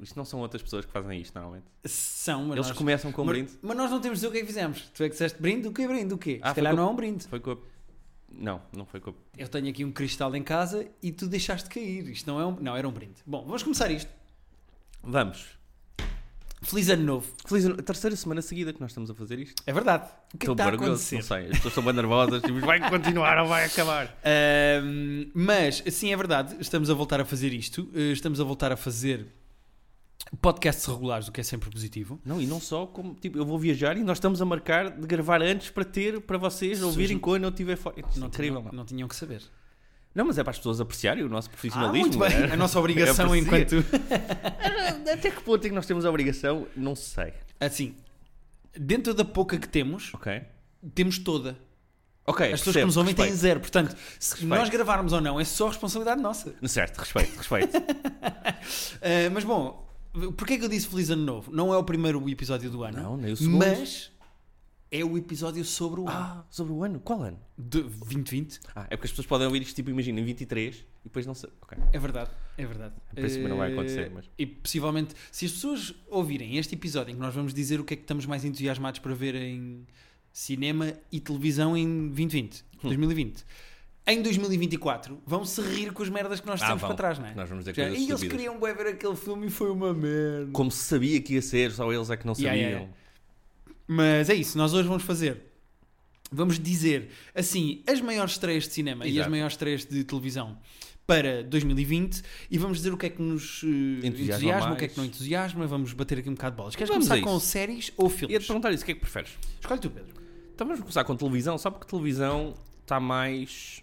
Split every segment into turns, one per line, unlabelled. Isto não são outras pessoas que fazem isto, normalmente.
São, mas
Eles
nós...
começam com um
mas-
brinde.
Mas nós não temos de dizer o que é que fizemos. Tu é que disseste brinde, o que é brinde, o quê?
Ah,
Se
foi
calhar
com-
não é um brinde.
Foi com a... Não, não foi com a...
Eu tenho aqui um cristal em casa e tu deixaste cair. Isto não é um... Não, era um brinde. Bom, vamos começar isto.
Vamos.
Feliz ano novo.
Feliz ano... Terceira semana seguida que nós estamos a fazer isto.
É verdade. O que é que
Estou
está a
barulhoso,
acontecer?
Não sei, as pessoas estão bem nervosas. tipo, vai continuar ou vai acabar?
Ahm, mas, sim, é verdade, estamos a voltar a fazer isto. eh, Estamos a voltar a fazer podcasts regulares, o que é sempre positivo.
Não, e não só, como, tipo, eu vou viajar e nós estamos a marcar de gravar antes para ter, para vocês ouvirem quando eu estiver fora. Isto é
Não,
incrível,
tinham,
não.
não tinham que saber.
Não, mas é para as pessoas apreciarem o nosso
Ah,
profissionalismo.
muito bem.
né?
A nossa obrigação
É
enquanto.
Até que ponto é que nós temos a obrigação? Não sei.
Assim, dentro da pouca que temos,
Ok?
temos toda.
Ok,
As pessoas que
É, percebo,
nos ouvem têm
respeito.
zero. Portanto, se
Respeito.
nós gravarmos ou não, é só responsabilidade nossa.
Certo, respeito, respeito.
Ah, mas bom, porquê é que eu disse Feliz Ano Novo? Não é o primeiro episódio do ano.
Não, nem o segundo.
Mas é o episódio sobre o ano
ah, sobre o ano? Qual ano?
de 2020.
Ah, é porque as pessoas podem ouvir isto, tipo, imagina, em 23 e depois não sei. Ok.
É verdade, é verdade.
Em princípio não vai
Eh,
acontecer, mas-
E possivelmente, se as pessoas ouvirem este episódio em que nós vamos dizer o que é que estamos mais entusiasmados para ver em cinema e televisão em 2020,
Hum.
2020. Em 2024, vão se rir com as merdas que nós
Ah,
temos
vão.
para trás, não é?
Nós vamos dizer
Já,
coisas
e eles
estúpidas."
queriam bué ver aquele filme e foi uma merda.
Como se sabia que ia ser, só eles é que não sabiam.
Yeah, yeah, Mas é isso, nós hoje vamos fazer. Vamos dizer, assim, as maiores estreias de cinema e as
Exato.
maiores estreias de televisão para 2020 e vamos dizer o que é que nos eh, entusiasma,
Entusiasma
o que é que não
mais.
entusiasma, vamos bater aqui um bocado de bolas. Queres
Vamos
começar
a
com
isso.
séries ou
Ia
filmes?
te perguntar isso, o que é que preferes?
Escolhe tu, Pedro.
Então vamos começar com televisão, só porque televisão está mais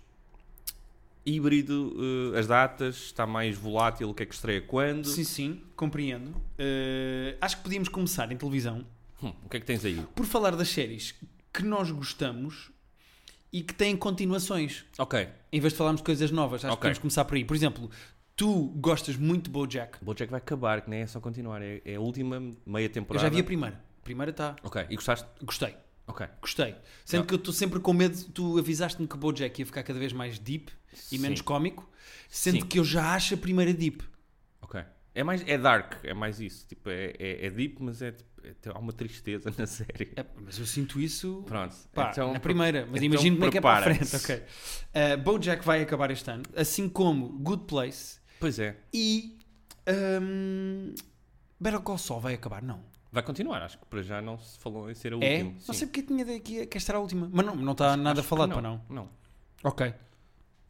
híbrido, eh, as datas, está mais volátil, o que é que estreia quando.
Sim, sim, compreendo. Eh, acho que podíamos começar em televisão
Hum, o que é que tens aí?
por falar das séries que nós gostamos e que têm continuações.
Ok,
Em vez de falarmos de coisas novas, acho que
Ok.
podemos começar por aí. Por exemplo, tu gostas muito de BoJack.
o BoJack vai acabar, que nem é só continuar, é, é a última meia
Eu
temporada.
já vi a primeira. A primeira está.
Ok, e gostaste?
Gostei.
Ok.
Gostei. Sendo que eu estou sempre com medo. Tu avisaste-me que o Bojack ia ficar cada vez mais deep e
Sim.
menos cómico. Sendo
Sim.
que eu já acho a primeira deep.
Ok. É mais é dark, é mais isso. Tipo, é, é, é deep, mas é, tipo, é- tem- há uma tristeza na série.
É, mas eu sinto isso
Pronto.
pá,
então,
na primeira. Mas
então
imagino como é que é para a frente.
prepara-te.
ok Uh, Bojack vai acabar este ano. Assim como Good Place
Pois é.
e. Um, Better Call Saul vai acabar, não.
Vai continuar, acho que para já não se falou em ser a
é?
última.
Não
Sim.
sei porque tinha daqui que esta era a última. Mas não, não está nada
Acho que
falado para não.
Não.
Ok.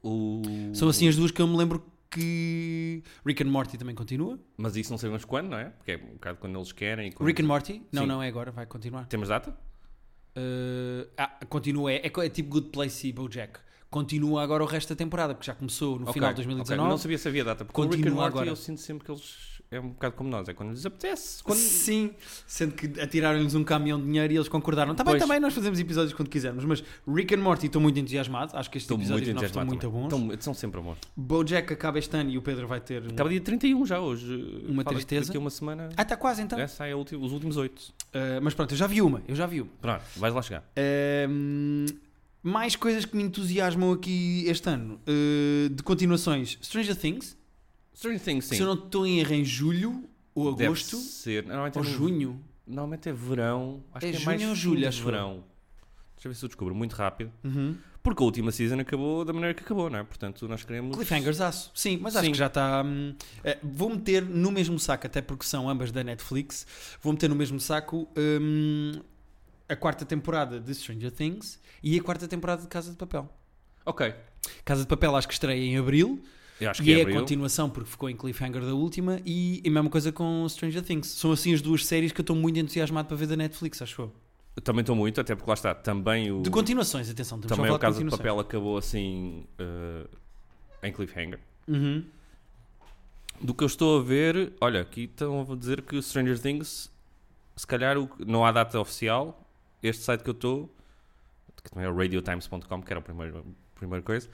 O...
São assim as duas que eu me lembro que Rick and Morty também continua.
Mas isso não sabemos quando, não é? Porque é um bocado quando eles querem. e Quando...
Rick and Morty? Não,
Sim.
não é agora, vai continuar.
Temos data?
Uh, ah, continua, é, é co- é tipo Good Place e BoJack. Continua agora o resto da temporada, porque já começou no
Ok,
final de
ok. Eu
2019.
Não sabia se havia data. Porque o
Continua
Rick and Morty
agora.
eu sinto sempre que eles... É um bocado como nós. É quando lhes apetece. Quando...
Sim, sendo que atiraram-lhes um caminhão de dinheiro e eles concordaram. Também,
Pois.
também nós fazemos episódios quando quisermos, mas Rick and Morty estou muito entusiasmado. Acho que estes
Estou
episódios
muito
novos estão
entusiasmado.
muito
também.
bons.
Estão- São sempre bons.
BoJack acaba este ano e o Pedro vai ter. um-
Acaba dia 31 já hoje.
Uma
Fala que
tristeza.
Daqui a uma semana...
Ah, está quase então.
É, sai a ulti- os últimos oito.
Uh, mas pronto, eu já vi uma, eu já vi uma.
Pronto, vais lá chegar.
Ahm, mais coisas que me entusiasmam aqui este ano. Uh, de continuações, Stranger Things.
Stranger Things, sim.
Se eu não estou em erro, em julho ou
Deve
agosto
ser. Normalmente
ou
é no-
junho.
Normalmente é verão. Acho
É
que é
junho
mais
ou
fim
julho,
de
acho eu.
verão. Deixa eu ver se eu descubro muito rápido. Porque a última season acabou da maneira que acabou, não é? Portanto, nós queremos.
Cliffhangers, aço. Sim, mas acho
Sim.
que já está. hum, eh, vou meter no mesmo saco, até porque são ambas da Netflix. Vou meter no mesmo saco hum, a quarta temporada de Stranger Things e a quarta temporada de Casa de Papel.
Ok.
Casa de Papel acho que estreia em abril
Eu acho
e
que é
é a
abril.
continuação porque ficou em Cliffhanger da última e a mesma coisa com Stranger Things. São assim as duas séries que eu estou muito entusiasmado para ver da Netflix, acho eu.
Eu Também estou muito, até porque lá está. Também o,
De continuações, atenção, estamos
também é
só a
o
falar
caso
de
de
continuações.
papel acabou assim. eh, em cliffhanger.
Uhum.
Do que eu estou a ver, olha, aqui estão a dizer que Stranger Things, se calhar o que- não há data oficial. Este site que eu estou, que também é o radiotimes.com, que era a primeira, a primeira coisa,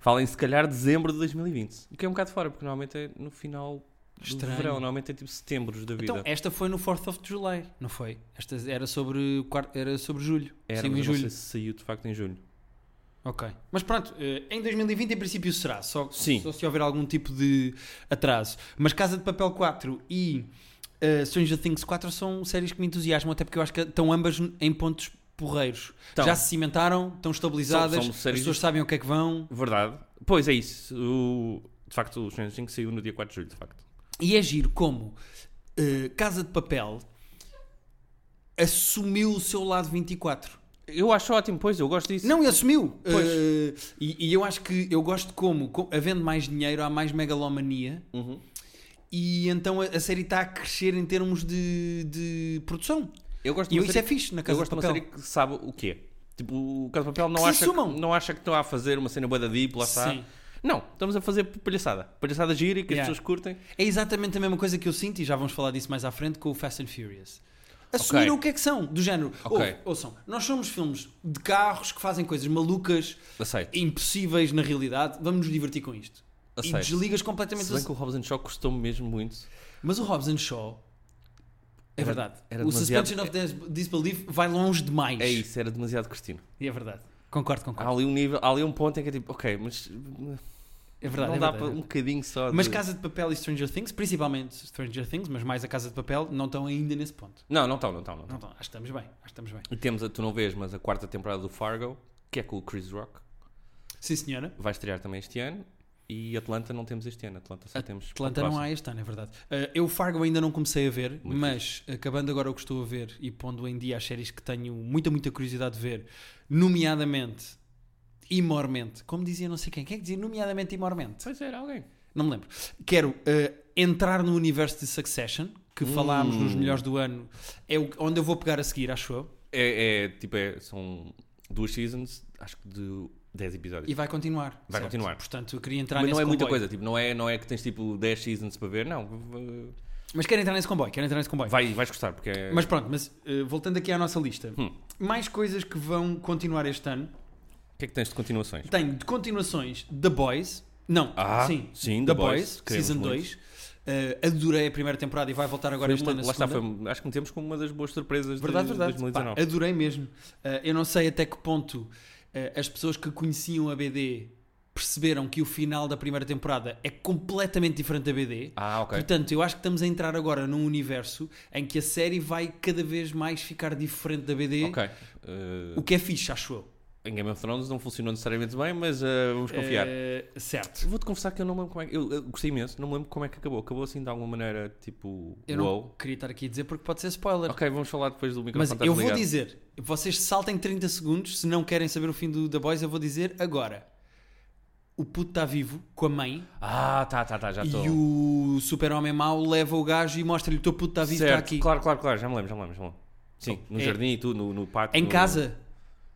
fala em se calhar dezembro de 2020. O que é um bocado fora, porque normalmente é no final
Estranho.
do verão, normalmente é tipo setembro da vida.
Então, esta foi no 4th of July, não foi? Esta era sobre, o quar- era sobre julho.
era,
Saiu
mas
em
eu não sei
julho.
se saiu de facto em julho.
Ok. Mas pronto, eh, em 2020 em princípio será, só,
Sim.
só se houver algum tipo de atraso. Mas Casa de Papel 4 e eh, Stranger Things 4 são séries que me entusiasmam, até porque eu acho que estão ambas em pontos porreiros.
Estão.
Já se cimentaram, estão estabilizadas,
Então. São- são
as
séries-
pessoas sabem o que é que vão.
Verdade. Pois é isso. O- De facto, o Stranger Things saiu no dia 4 de julho, de facto.
E é giro como eh, Casa de Papel assumiu o seu lado 24.
Eu acho ótimo, pois, eu gosto disso.
Não, ele assumiu.
Pois.
Eh, e, e eu acho que eu gosto como, co- havendo mais dinheiro, há mais megalomania.
Uhum.
E então a, a série está a crescer em termos de, de produção.
Eu gosto
E
de uma
isso
série-
é fixe na
Eu
Casa de
gosto de uma
Papel.
série que sabe o que é. Tipo, o Casa de Papel não
Que se
acha,
assumam.
que, não acha que estão a fazer uma cena boa da deep, lá está.
Sim.
Não, estamos a fazer palhaçada. Palhaçada gira e que
Yeah.
as pessoas curtem.
É exatamente a mesma coisa que eu sinto, e já vamos falar disso mais à frente, com o Fast and Furious. Assumiram o que é que são, do género.
Ok.
"Ouve, ouçam, nós somos filmes de carros que fazem coisas malucas,
Aceito.
impossíveis na realidade, vamos nos divertir com isto. E
Aceito.
desligas completamente.
Se bem
o-
que o Robson Shaw custou-me mesmo muito.
Mas o Hobbs and Shaw. É
Era-
verdade.
era
o
demasiado-
Suspension of Dis- Disbelief vai longe demais.
É isso, era demasiado cristino.
E é verdade. Concordo,
Há
concordo.
ali um nível, há ali um ponto em que é tipo, ok, mas
é verdade.
Ah, não
é
dá
verdade,
para
é
um bocadinho só.
Mas
de-
Casa de Papel e Stranger Things, principalmente Stranger Things, mas mais a Casa de Papel, não estão ainda nesse ponto.
Não, não estão, não estão, não
Não
estão.
estão. Acho que estamos bem. Acho que estamos bem.
E temos, a, tu não vês, mas a quarta temporada do Fargo, que é com o Chris Rock,
Sim, senhora.
vai estrear também este ano. E Atlanta não temos este ano, Atlanta só temos. para o
Atlanta não
próximo.
há este ano, é verdade. Eh, eu Fargo ainda não comecei a ver,
Muito
mas acabando agora o que estou a ver e pondo em dia as séries que tenho muita, muita curiosidade de ver, nomeadamente e mormente, como dizia não sei quem, quem é que dizia nomeadamente e mormente?
Pois era, alguém.
Não me lembro. Quero eh, entrar no universo de Succession, que
Hum.
falámos nos melhores do ano, é o- onde eu vou pegar a seguir, acho eu.
É, é, tipo, é, são duas seasons, acho que de 10 episódios.
E vai continuar.
Vai
certo?
continuar.
Portanto, eu queria entrar
Mas não
nesse
é muita
comboio.
coisa, tipo, não é, não é que tens tipo 10 seasons para ver, não. v-
Mas quero entrar nesse comboio, quero entrar nesse comboio.
Vai, vais gostar, porque é.
Mas pronto, mas eh, voltando aqui à nossa lista,
Hum.
mais coisas que vão continuar este ano.
O que é que tens de continuações?
Tenho de continuações The Boys. Não,
Ah,
sim.
sim,
The,
The
Boys,
Boys, queremos
Season
muito.
2. Eh, adorei a primeira temporada e vai voltar agora
Foi
este
uma-
ano. a
lá está,
segunda.
foi- um- acho que metemos como uma das boas surpresas
Verdade,
de
verdade.
2019.
Pá, adorei mesmo. Eh, eu não sei até que ponto eh, as pessoas que conheciam a BD perceberam que o final da primeira temporada é completamente diferente da BD.
Ah, ok.
Portanto, eu acho que estamos a entrar agora num universo em que a série vai cada vez mais ficar diferente da BD,
Ok. Eh,
o que é fixe, acho eu.
Em Game of Thrones não funcionou necessariamente bem, mas eh, vamos confiar.
Eh, certo.
Vou-te confessar que eu não me lembro como é que. Eu, eu gostei imenso, não me lembro como é que acabou. Acabou assim de alguma maneira tipo.
Eu não
wow.
queria estar aqui a dizer porque pode ser spoiler.
Ok, vamos falar depois do microfone.
Mas
estar
eu vou
desligado.
dizer, vocês saltem 30 segundos, se não querem saber o fim do The Boys, eu vou dizer agora. O puto está vivo com a mãe
Ah, tá, tá, tá, já estou.
e o super-homem mau leva o gajo e mostra-lhe o teu puto está vivo, está
Certo,
aqui.
Claro, claro, claro, já me lembro, já me lembro. Já me lembro. Sim, no
É.
jardim e tudo, no, no pátio.
Em
no-
casa.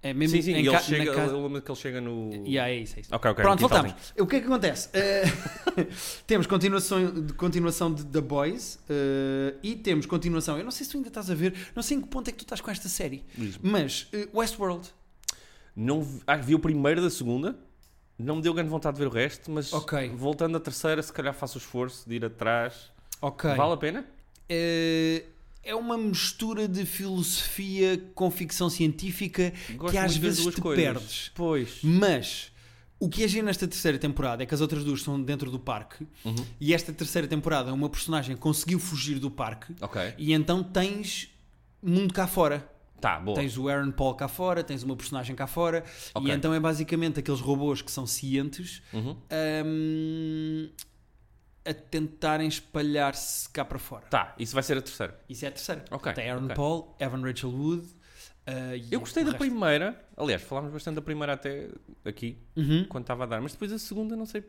É mesmo
Sim, sim,
em
e ele
ca- na
chega,
casa-
eu lembro que ele chega no.
Yeah, é isso, é isso.
Ok, então tá ok, um
Pronto,
no
voltamos.
quintalzinho.
O que é que acontece? Eh, temos continuação de, continuação de The Boys eh, e temos continuação. Eu não sei se tu ainda estás a ver, não sei em que ponto é que tu estás com esta série,
Diz-me.
mas eh, Westworld.
Não vi, acho que vi o primeiro da segunda, não me deu grande vontade de ver o resto, mas
Ok.
voltando à terceira, se calhar faço o esforço de ir atrás.
Ok.
Vale a pena?
Eh, é uma mistura de filosofia com ficção científica
Gosto
que às
muito das
vezes
duas
te
coisas.
perdes.
Pois.
Mas o que é giro nesta terceira temporada é que as outras duas são dentro do parque
Uhum.
e esta terceira temporada uma personagem conseguiu fugir do parque
Ok.
e então tens mundo cá fora.
Tá, boa.
Tens o Aaron Paul cá fora, tens uma personagem cá fora
Ok.
e então é basicamente aqueles robôs que são cientes
Uhum.
hum, a tentarem espalhar-se cá para fora.
Tá, isso vai ser a terceira.
Isso é a terceira.
Ok,
Tem Aaron
ok.
Paul, Evan Rachel Wood. eh, e
Eu gostei
o
da
resto.
primeira, aliás, falámos bastante da primeira até aqui,
Uhum.
quando estava a dar, mas depois a segunda não sei.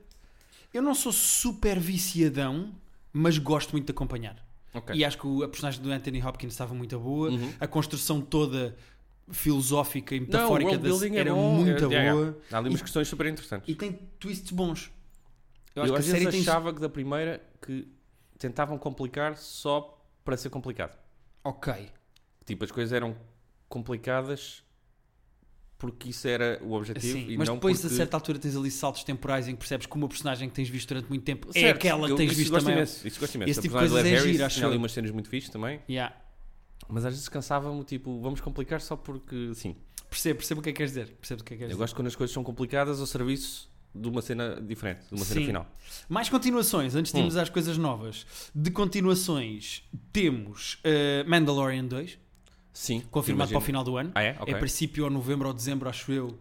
Eu não sou super viciadão, mas gosto muito de acompanhar.
Ok.
E acho que o- a personagem do Anthony Hopkins estava muito boa.
Uhum.
A construção toda filosófica e
Não, o
metafórica
world
da-
building é
era
bom,
muito
é- é, é.
boa.
Há ali umas
E-
questões super interessantes.
E tem twists bons.
Eu,
acho que
às
a série
vezes
tem.
achava que da primeira que tentavam complicar só para ser complicado.
Ok.
Tipo, as coisas eram complicadas porque isso era o objetivo
Sim,
e
assim. mas
não
depois
porque...
a certa altura tens ali saltos temporais em que percebes que uma personagem que tens visto durante muito tempo é
Certo,
aquela que
eu-
tens
isso
visto
gosto
também.
Imenso, isso gosto imenso.
Esse
A
tipo de
personagem do
coisas é
Ed Harris
giro, acho
tinha ali
eu.
umas cenas muito fixes também.
Yeah.
Mas às vezes cansava-me, tipo, vamos complicar só porque sim.
Percebo, percebo o que é que queres dizer. Percebo o que é que queres
Eu
dizer.
gosto quando as coisas são complicadas ao serviço de uma cena diferente, de uma cena
Sim.
final.
Mais continuações, antes de
Hum.
irmos às coisas novas. De continuações, temos eh, Mandalorian 2,
Sim.
confirmado
imagino.
para o final do ano.
Ah, é? Ok.
É princípio ou novembro ou dezembro, acho eu,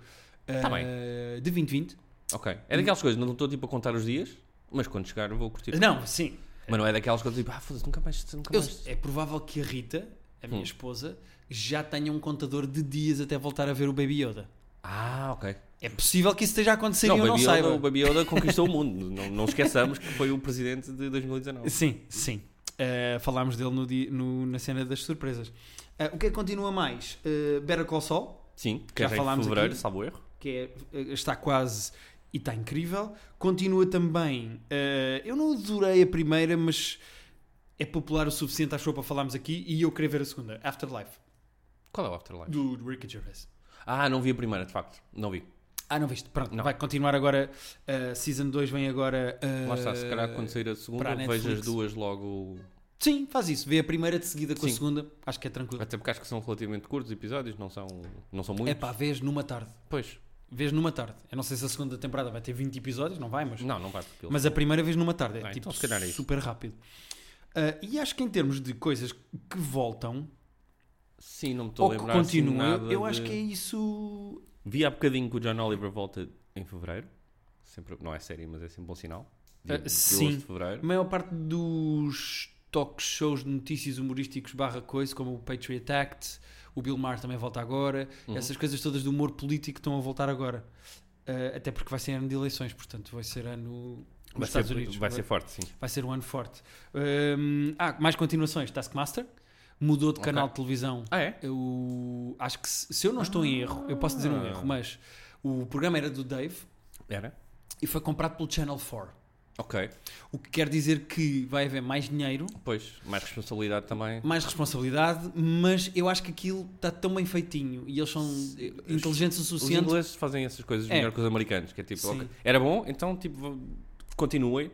Tá
eh, de 2020.
ok. É daquelas coisas, não estou tipo a contar os dias, mas quando chegar eu vou curtir.
Não, sim.
Mas não é daquelas coisas tipo, ah, foda-se, nunca mais. Nunca
Eu-
mais.
é provável que a Rita, a minha
Hum.
esposa, já tenha um contador de dias até voltar a ver o Baby Yoda.
Ah, ok.
É possível que isso esteja a acontecer
não,
e eu
Baby
não
Yoda,
saiba.
o Baby Yoda conquistou o mundo. Não, não esqueçamos que foi o presidente de 2019.
Sim, sim. Uh, falámos dele no di- no- na cena das surpresas. Uh, o que é que continua mais? Uh, Better Call Saul,
Sim, que
Já
já é em
falámos
fevereiro,
aqui.
salvo erro.
que é- está quase e está incrível. Continua também. eh, eu não adorei a primeira, mas é popular o suficiente, acho eu, para falarmos aqui. E eu queria ver a segunda, Afterlife,
Qual é o Afterlife?
do Ricky Gervais.
Ah, não vi a primeira, de facto. Não vi.
Ah, não viste? Pronto,
Não.
vai continuar agora. eh, season 2 vem agora. eh,
Lá está, se calhar quando sair a segunda,
para a
eu vejo as
Netflix.
duas logo.
Sim, faz isso. Vê a primeira de seguida com a
Sim.
segunda. Acho que é tranquilo.
Até porque acho que são relativamente curtos os episódios, não são, não são
É
muitos.
pá, vês numa tarde.
um Pois.
Vês numa tarde. Eu não sei se a segunda temporada vai ter 20 episódios, não vai, mas.
Não, não vai. Porque eles-
Mas a primeira vez numa tarde, é
Ah,
tipo
então se calhar é isso.
super rápido. Ah, e acho que em termos de coisas que voltam
Sim, não me estou
ou
a
que
lembrar. assim,
continuam, eu-
nada
eu acho
de-
que é isso.
Vi há bocadinho que o John Oliver volta em fevereiro. Sempre... Não é série, mas é sempre um bom sinal. Dia
Ah,
12
sim.
de
A
fevereiro.
maior parte dos talk shows de notícias humorísticos barra coisa, como o Patriot Act, o Bill Maher também volta agora,
Uhum.
essas coisas todas do humor político estão a voltar agora. Ah, até porque vai ser ano de eleições, portanto vai ser ano nos
Vai
Estados
ser,
Unidos.
vai ser forte, sim.
Vai ser um ano forte. Hum, ah, mais continuações. Taskmaster mudou de
Ok.
canal de televisão.
Ah, é?
Eu acho que se, se eu não estou em erro, eu posso dizer um
Ah.
erro, mas o programa era do Dave
Era?
e foi comprado pelo Channel 4.
Ok.
O que quer dizer que vai haver mais dinheiro,
Pois, mais responsabilidade também.
mais responsabilidade, mas eu acho que aquilo está tão bem feitinho e eles são eh, inteligentes o
Os
suficiente.
ingleses fazem essas coisas
É.
melhor que os americanos, que é tipo,
Sim.
ok, era bom, então tipo, v- continuem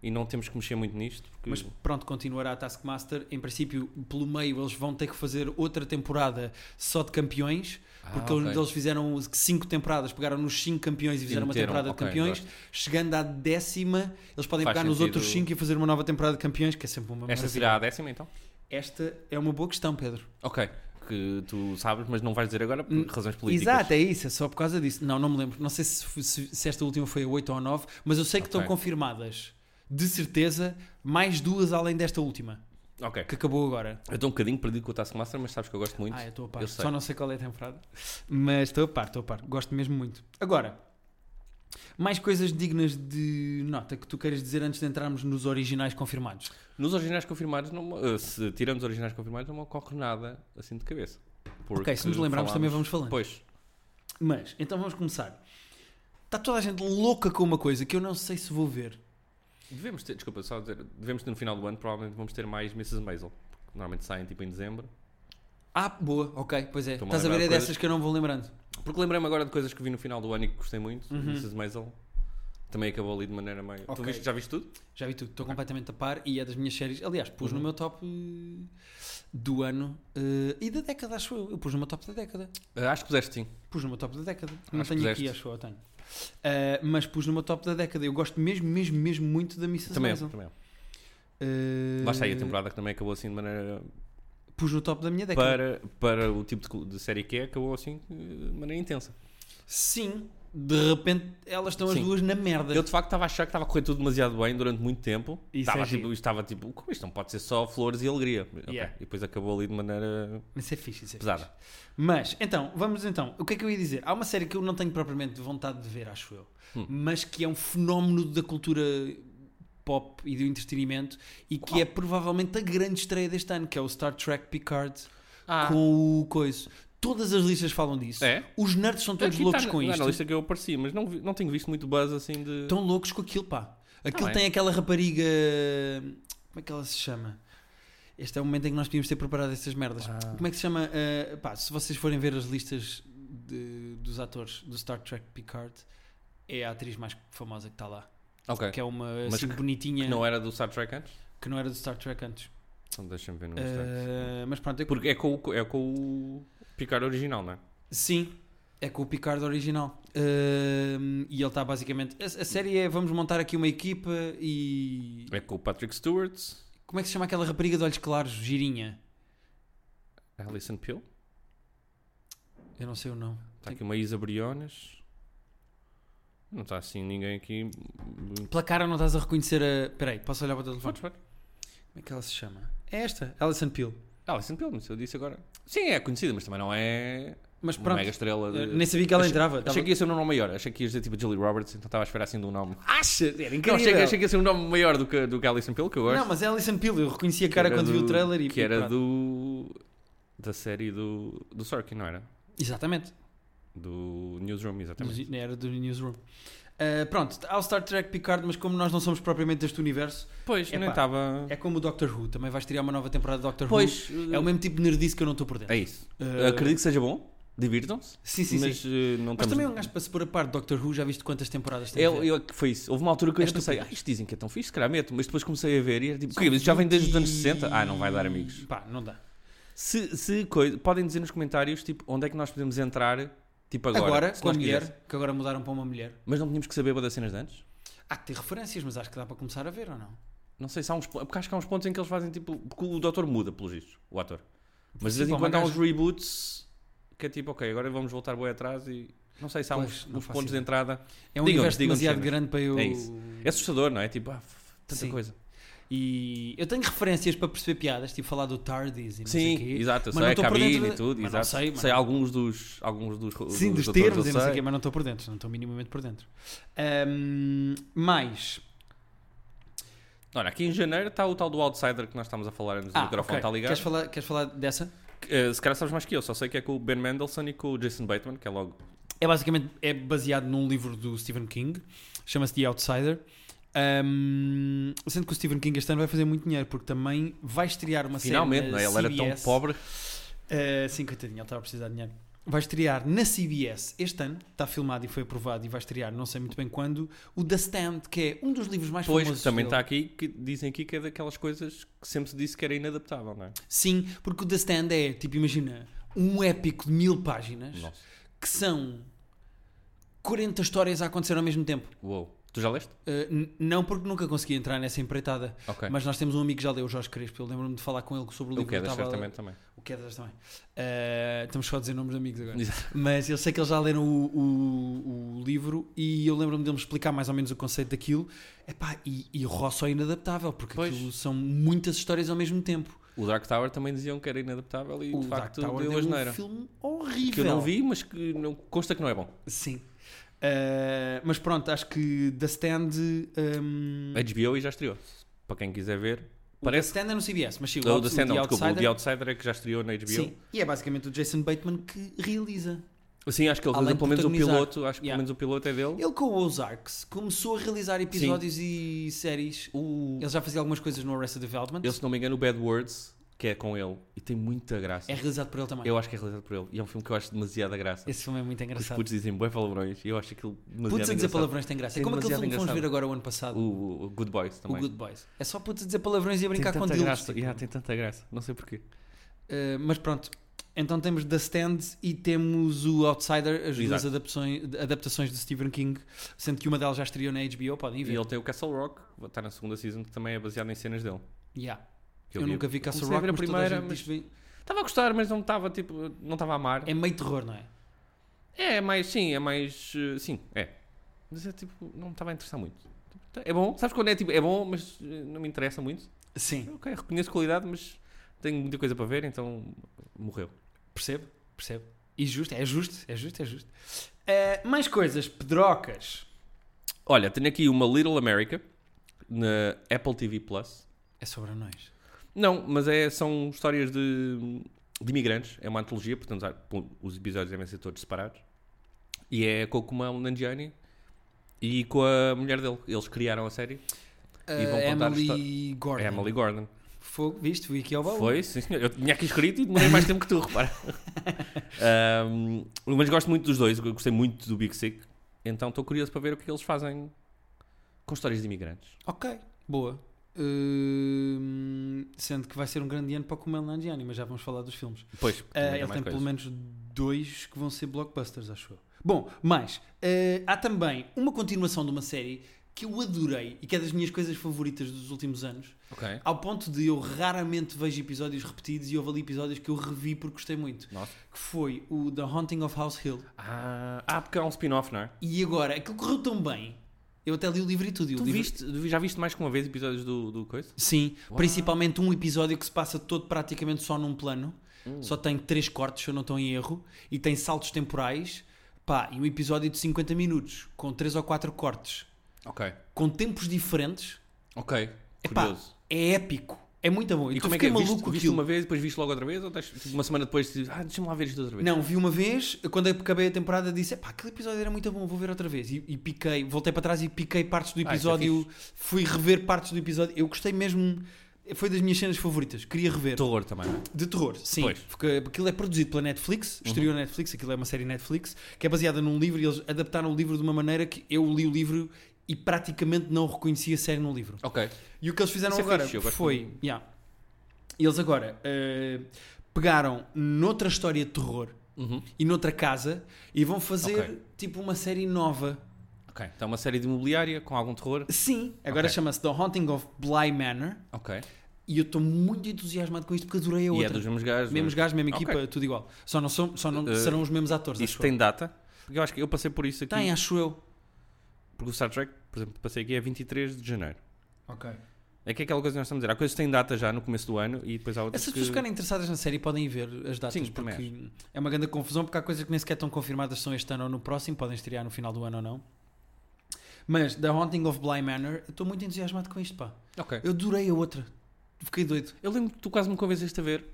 e não temos que mexer muito nisto, porque
Mas pronto, continuará a Taskmaster. Em princípio, pelo meio, eles vão ter que fazer outra temporada só de campeões.
Ah,
Porque
ok.
eles fizeram cinco temporadas, pegaram nos cinco campeões e fizeram
meteram,
uma temporada
ok,
de campeões. Chegando à décima, eles podem
Faz
pegar nos
sentido.
outros cinco e fazer uma nova temporada de campeões, que é sempre uma
esta
maravilha.
será a décima então?
Esta é uma boa questão, Pedro.
Ok, que tu sabes, mas não vais dizer agora por razões políticas.
Exato, é isso, é só por causa disso. Não, não me lembro. Não sei se, f- se- se esta última foi a 8 ou a 9, mas eu sei que estão
Ok.
confirmadas, de certeza, mais duas além desta última,
Ok,
que acabou agora.
eu estou um bocadinho perdido com o Taskmaster, mas sabes que eu gosto muito.
Ah, eu estou a par.
Eu sei.
Só não sei qual é a temporada. Mas estou a par, estou a par. Gosto mesmo muito. Agora, mais coisas dignas de nota que tu queiras dizer antes de entrarmos nos originais confirmados.
Nos originais confirmados, não, me- eh, se tiramos originais confirmados, não me ocorre nada assim de cabeça.
ok, se nos lembrarmos também vamos falando.
Pois,
Mas, então vamos começar. Está toda a gente louca com uma coisa que eu não sei se vou ver.
devemos ter, desculpa, só dizer, devemos ter no final do ano, provavelmente vamos ter mais Mrs. Maisel, porque normalmente saem tipo em dezembro.
Ah, boa, ok, pois é.
Estou-me a
Estás a
lembrar
ver, é
de coisas-
dessas que eu não vou lembrando.
Porque lembrei-me agora de coisas que vi no final do ano e que gostei muito.
Uhum.
Mrs. Maisel também acabou ali de maneira meio. Tu
Ok.
viste- já viste tudo?
Já vi tudo, estou completamente a par e é das minhas séries. Aliás, pus no
Uhum.
meu top eh, do ano eh, e da década, acho eu. Eu pus no meu top da década.
Ah, acho que puseste sim.
Pus no meu top da década. Não
Acho que
tenho aqui,
puseste.
acho eu, tenho. Ah, mas pus no meu top da década. Eu gosto mesmo, mesmo, mesmo muito da Mrs.
Também.
Maisel.
também.
Ah,
Lá está aí a temporada que também acabou assim de maneira.
Pus no top da minha
Para,
década.
para o tipo de co- de, série que é, acabou assim eh, de maneira intensa.
Sim, de repente elas estão as
Sim.
duas na merda.
Eu de facto estava a achar que estava a correr tudo demasiado bem durante muito tempo.
Isso
estava,
é
tipo,
giro.
estava tipo, como isto não pode ser só flores e alegria. Ok.
Yeah.
E depois acabou ali de maneira
Mas é fixe, isso é fixe.
pesada.
Mas, então, vamos então. O que é que eu ia dizer? Há uma série que eu não tenho propriamente vontade de ver, acho eu,
Hum.
mas que é um fenómeno da cultura pop e do entretenimento e que
Qual?
é provavelmente a grande estreia deste ano, que é o Star Trek Picard
Ah,
com o coiso. Todas as listas falam disso.
é?
Os nerds são todos
Aqui tá
loucos
está
com
na, está
isto.
na lista é que eu apareci, mas não, vi- não tenho visto muito buzz assim de.
Estão loucos com aquilo, pá. Aquilo
Tá bem.
tem aquela rapariga. Como é que ela se chama? Este é o momento em que nós podíamos ter preparado estas merdas.
Ah.
Como é que se chama? eh, pá, se vocês forem ver as listas de- dos atores do Star Trek Picard, é a atriz mais famosa que está lá.
Ok.
Que é uma
Mas
assim,
que-
bonitinha
Não é. era do Star Trek antes?
que não era do Star Trek antes.
Então deixa-me ver no
Eh,
Instagram.
mas pronto, eu
Porque é com, o- é com o Picard original, não é?
Sim, é com o Picard original. Ahm, e ele está basicamente. A, a série é: vamos montar aqui uma equipa e.
É com o Patrick Stewart,
Como é que se chama aquela rapariga de olhos claros, girinha?
Alison Pill,
Eu não sei o nome.
está aqui uma Isa Briones. Não está assim ninguém aqui. muito-
Pela cara não estás a reconhecer a. Peraí, posso olhar para o teu telefone?
Podes, podes.
Como é que ela se chama? É esta, Alison Peel.
Alison Pill, mas eu disse agora. Sim, é conhecida, mas também não é
Mas
uma
pronto,
mega estrela.
eu
De...
nem sabia que ela
Achei-
entrava.
Achei que ia ser um nome maior. Achei que ia ser tipo Julie Roberts, então estava a esperar assim de um nome.
Acha? Era
Não,
incrível.
achei, que- achei que ia ser um nome maior do que, do que Alison Pill, que eu gosto.
Não, mas é Alison Peel, eu reconheci a
Que
cara
era
quando vi
do-
o trailer e
Que era do. da série do, do Sorkin, não era?
Exatamente.
Do Newsroom, exatamente.
Dos- Era do Newsroom. Ah, pronto, há o Star Trek Picard, mas como nós não somos propriamente deste universo,
Pois,
Epá,
nem estava.
é como o Doctor Who, também vais tirar uma nova temporada de Doctor
Pois,
Who. É o mesmo tipo de nerdice que eu não estou por dentro.
É isso.
Ah,
Acredito que seja bom, divirtam-se,
Sim, sim,
mas
sim.
eh, não
Mas
estamos-
também é um gajo para se pôr a par de Doctor Who, já viste quantas temporadas tem?
Eu, eu, é que foi isso. Houve uma altura que eu
É
acho que pensei, ah,
estupidez.
isto dizem que é tão fixe, se calhar meto, mas depois comecei a ver e era tipo, "Ok, mas isto já vem desde os anos 60. Ah, não vai dar, amigos.
Pá, não dá.
Se, se coisa- podem dizer nos comentários, tipo, onde é que nós podemos entrar, tipo agora,
Agora,
se
com a
nós
mulher,
quiséssemos.
que agora mudaram para uma mulher.
Mas não tínhamos que saber bué das cenas de antes?
Há que ter referências, mas acho que dá para começar a ver ou não?
Não sei, se há uns, po- porque acho que há uns pontos em que eles fazem tipo. Porque o doutor muda, pelos vistos, o ator. Mas de vez
Sim,
em
pá,
quando há
mas
uns reboots que é tipo, ok, agora vamos voltar boi atrás e. Não sei se há
Pois,
uns,
não
uns
faço
pontos de
ideia.
entrada.
É um
Digam-nos,
universo
digam-nos
demasiado
cenas.
grande para eu.
É isso. É assustador, não é? Tipo, ah, f- tanta
Sim.
coisa.
E eu tenho referências para perceber piadas, tipo falar do Tardis e não sei
Sim,
o quê.
exato. Eu
Mas não
sei a
estou por dentro
cabine e
de-
tudo,
mas não
exato.
sei, mano.
alguns dos. Alguns dos
Sim, dos
doutores,
termos
eu
e não sei o
sei.
quê, mas não estou por dentro, não estou minimamente por dentro. Ahm, mais.
Olha, aqui em janeiro está o tal do Outsider que nós estamos a falar antes do
Ah,
microfone
ok.
está ligado.
Queres falar, queres falar dessa?
Que, eh, se calhar sabes mais que eu, só sei que é com o Ben Mendelssohn e com o Jason Bateman, que é logo.
É basicamente é baseado num livro do Stephen King, chama-se The Outsider. Ahm, sendo que o Stephen King este ano vai fazer muito dinheiro, porque também vai estrear uma
Finalmente,
série.
não
na
é? Ele era tão
CBS.
pobre.
Uh, sim, coitadinho, ele estava a precisar de dinheiro. Vai estrear na CBS este ano, está filmado e foi aprovado e vai estrear não sei muito bem quando, o The Stand, que é um dos livros mais
Pois,
famosos
que também
dele.
está aqui, que dizem aqui que é daquelas coisas que sempre se disse que era inadaptável, não é?
Sim, porque o The Stand é, tipo, imagina, um épico de mil páginas,
Nossa.
que são 40 histórias a acontecer ao mesmo tempo.
Uou. Tu já leste?
Uh, n- não porque nunca consegui entrar nessa empreitada,
Ok.
mas nós temos um amigo que já leu, o Jorge Crespo, eu lembro-me de falar com ele sobre o
o
livro.
que é
eu estava a-
certamente também.
O Quedas também. Uh, estamos só a dizer nomes de amigos agora.
Exato.
Mas eu sei que eles já leram o, o- o livro e eu lembro-me deles explicar mais ou menos o conceito daquilo. Epá, e, e roça ao inadaptável, porque
Pois.
aquilo são muitas histórias ao mesmo tempo.
O Dark Tower também diziam que era inadaptável e
o
de
Dark
facto
Tower
deu
deu
asneira.
um filme horrível.
Que eu não vi, mas que não, consta que não é bom.
Sim. Uh, mas pronto, acho que The Stand. um,
A HBO e já estreou. Para quem quiser ver.
o
Parece.
The Stand é no CBS, mas sim, o,
Ou
Out-
The
o
Stand,
The
não, desculpa. O The
Outsider.
Outsider é que já estreou na HBO.
Sim,
Sim,
e é basicamente o Jason Bateman que realiza.
acho que ele fez
Além de
pelo menos o
protagonizar.
piloto. Acho que pelo
Yeah.
menos o piloto é dele.
Ele com o Ozarks começou a realizar episódios e séries.
O-
Ele já fazia algumas coisas no Arrested Development.
eu, se não me engano, o Bad Words, que é com ele. E tem muita graça.
É realizado por ele também.
Eu acho que é realizado por ele. E é um filme que eu acho demasiada graça.
Esse filme é muito
Os
engraçado.
putos dizem bué palavrões e eu acho aquilo demasiado
Putz a dizer
engraçado.
palavrões tem graça. É
Tem
como aquele
demasiado
filme que fomos
engraçado.
ver agora o ano passado, o,
O, o Good Boys também.
Good Boys. É só putz a dizer palavrões e
Tem
a brincar com tipo.
tanta
deles.
graça. Yeah, tem tanta graça. Não sei porquê.
Eh, mas pronto. Então temos The Stand e temos o Outsider, as duas
Exato.
adaptações, adaptações de Stephen King, sendo que uma delas já estreou na HBO, podem
E
ver.
ele tem o Castle Rock, que está na segunda season, que também é baseado em cenas dele.
Yeah.
Que
Eu, nunca vi Castle
Comecei a
Rock,
ver a
mas toda a
primeira,
gente
mas-
diz bem-
Estava a gostar, mas não estava tipo, não estava a amar.
É meio terror, não é?
É, é mais, sim, é mais, eh, sim, é. Mas é tipo, não me estava a interessar muito. É bom, sabes quando é tipo, é bom, mas eh, não me interessa muito.
Sim.
Ok, reconheço qualidade, mas tenho muita coisa para ver, então morreu.
Percebo, percebo. E justo, é justo, é justo, é justo. Eh, mais coisas, Pedrocas.
Olha, tenho aqui uma Little America na Apple TV Plus.
É sobre anões.
Não, mas é, são histórias de, de imigrantes. É uma antologia, portanto, há- pô, os episódios devem ser todos separados. E é com o Kumail Nanjiani e com a mulher dele. Eles criaram a série. E vão
Eh,
contar a
Emily Gordon.
É Emily Gordon.
Fogo, viste? Fui aqui ao baú.
Foi, sim senhor. Eu tinha aqui escrito e demorei mais tempo que tu, repara. Ahm, mas gosto muito dos dois. Eu gostei muito do Big Sick. Então estou curioso para ver o que eles fazem com histórias de imigrantes.
Ok, boa. Eh, Hum, sendo que vai ser um grande ano para o Kumel Nanjiani, mas já vamos falar dos filmes.
Pois,
Eh,
também é tem
ele
mais
tem pelo
coisas.
menos dois que vão ser blockbusters, acho eu. Bom, mas eh, há também uma continuação de uma série que eu adorei e que é das minhas coisas favoritas dos últimos anos,
Ok.
ao ponto de eu raramente vejo episódios repetidos e houve ali episódios que eu revi porque gostei muito,
Nossa.
que foi o The Haunting of House Hill.
Ah, ah, porque é um spin-off, não é?
E agora, aquilo correu tão bem, eu até li o livro e tudo. e o
Tu
livro-
viste, já viste mais que uma vez episódios do, do coisa?
Sim, principalmente um episódio que se passa todo praticamente só num plano.
Hum.
Só tem três cortes, se eu não estou em erro, e tem saltos temporais. Pá, e um episódio de 50 minutos, com três ou quatro cortes,
Ok.
com tempos diferentes.
Ok.
Epá,
Curioso.
é épico. É muito bom.
E
Eu
como é que
fiquei
é?
maluco
Viste,
com
viste
aquilo.
uma vez, depois viste logo outra vez? Ou estás, tipo, uma semana depois dizes, ah, deixa-me lá ver isto outra vez?
Não, vi uma vez, quando acabei a temporada disse, pá, aquele episódio era muito bom, vou ver outra vez. E, e piquei, voltei para trás e piquei partes do
Ah, isso é
episódio, fui rever partes do episódio. Eu gostei mesmo, foi das minhas cenas favoritas, queria rever.
Terror também. não é?
De terror, sim.
Pois. Uhum.
Porque aquilo é produzido pela Netflix, exterior Netflix, aquilo é uma série Netflix, que é baseada num livro e eles adaptaram o livro de uma maneira que eu li o livro e praticamente não reconhecia a série no livro.
Ok.
E o que eles fizeram
Isso é
agora
fixe, eu gosto
foi. Yeah. Eles agora eh, pegaram noutra história de terror
Uhum.
e noutra casa e vão fazer
Ok.
tipo uma série nova.
Ok. Então uma série de imobiliária com algum terror.
Sim, agora
Ok.
chama-se The Haunting of Bly Manor
Ok.
e eu estou muito entusiasmado com isto porque adorei a
E
outra.
é dos mesmos gajos.
Mesmos gajos, mesma
Ok.
equipa, tudo igual. Só não, são, só não
Eh,
serão os mesmos atores,
não é? Isso
acho
tem tipo data? Porque eu acho que eu passei por isso
eu.
aqui.
Tem, acho eu.
Porque o Star Trek, por exemplo, passei aqui é 23 de janeiro.
Ok.
É que é aquela coisa que nós estamos a dizer. Há coisas que têm data já no começo do ano e depois há outras
Essas
que...
É pessoas ficarem interessadas na série podem ir ver as datas,
Sim, também
porque é uma grande confusão, porque há coisas que nem sequer estão confirmadas se são este ano ou no próximo, podem estrear no final do ano ou não. Mas The Haunting of Bly Manor, eu estou muito entusiasmado com isto, pá.
Ok.
Eu adorei a outra. Fiquei doido.
Eu lembro que tu quase me convenceste a ver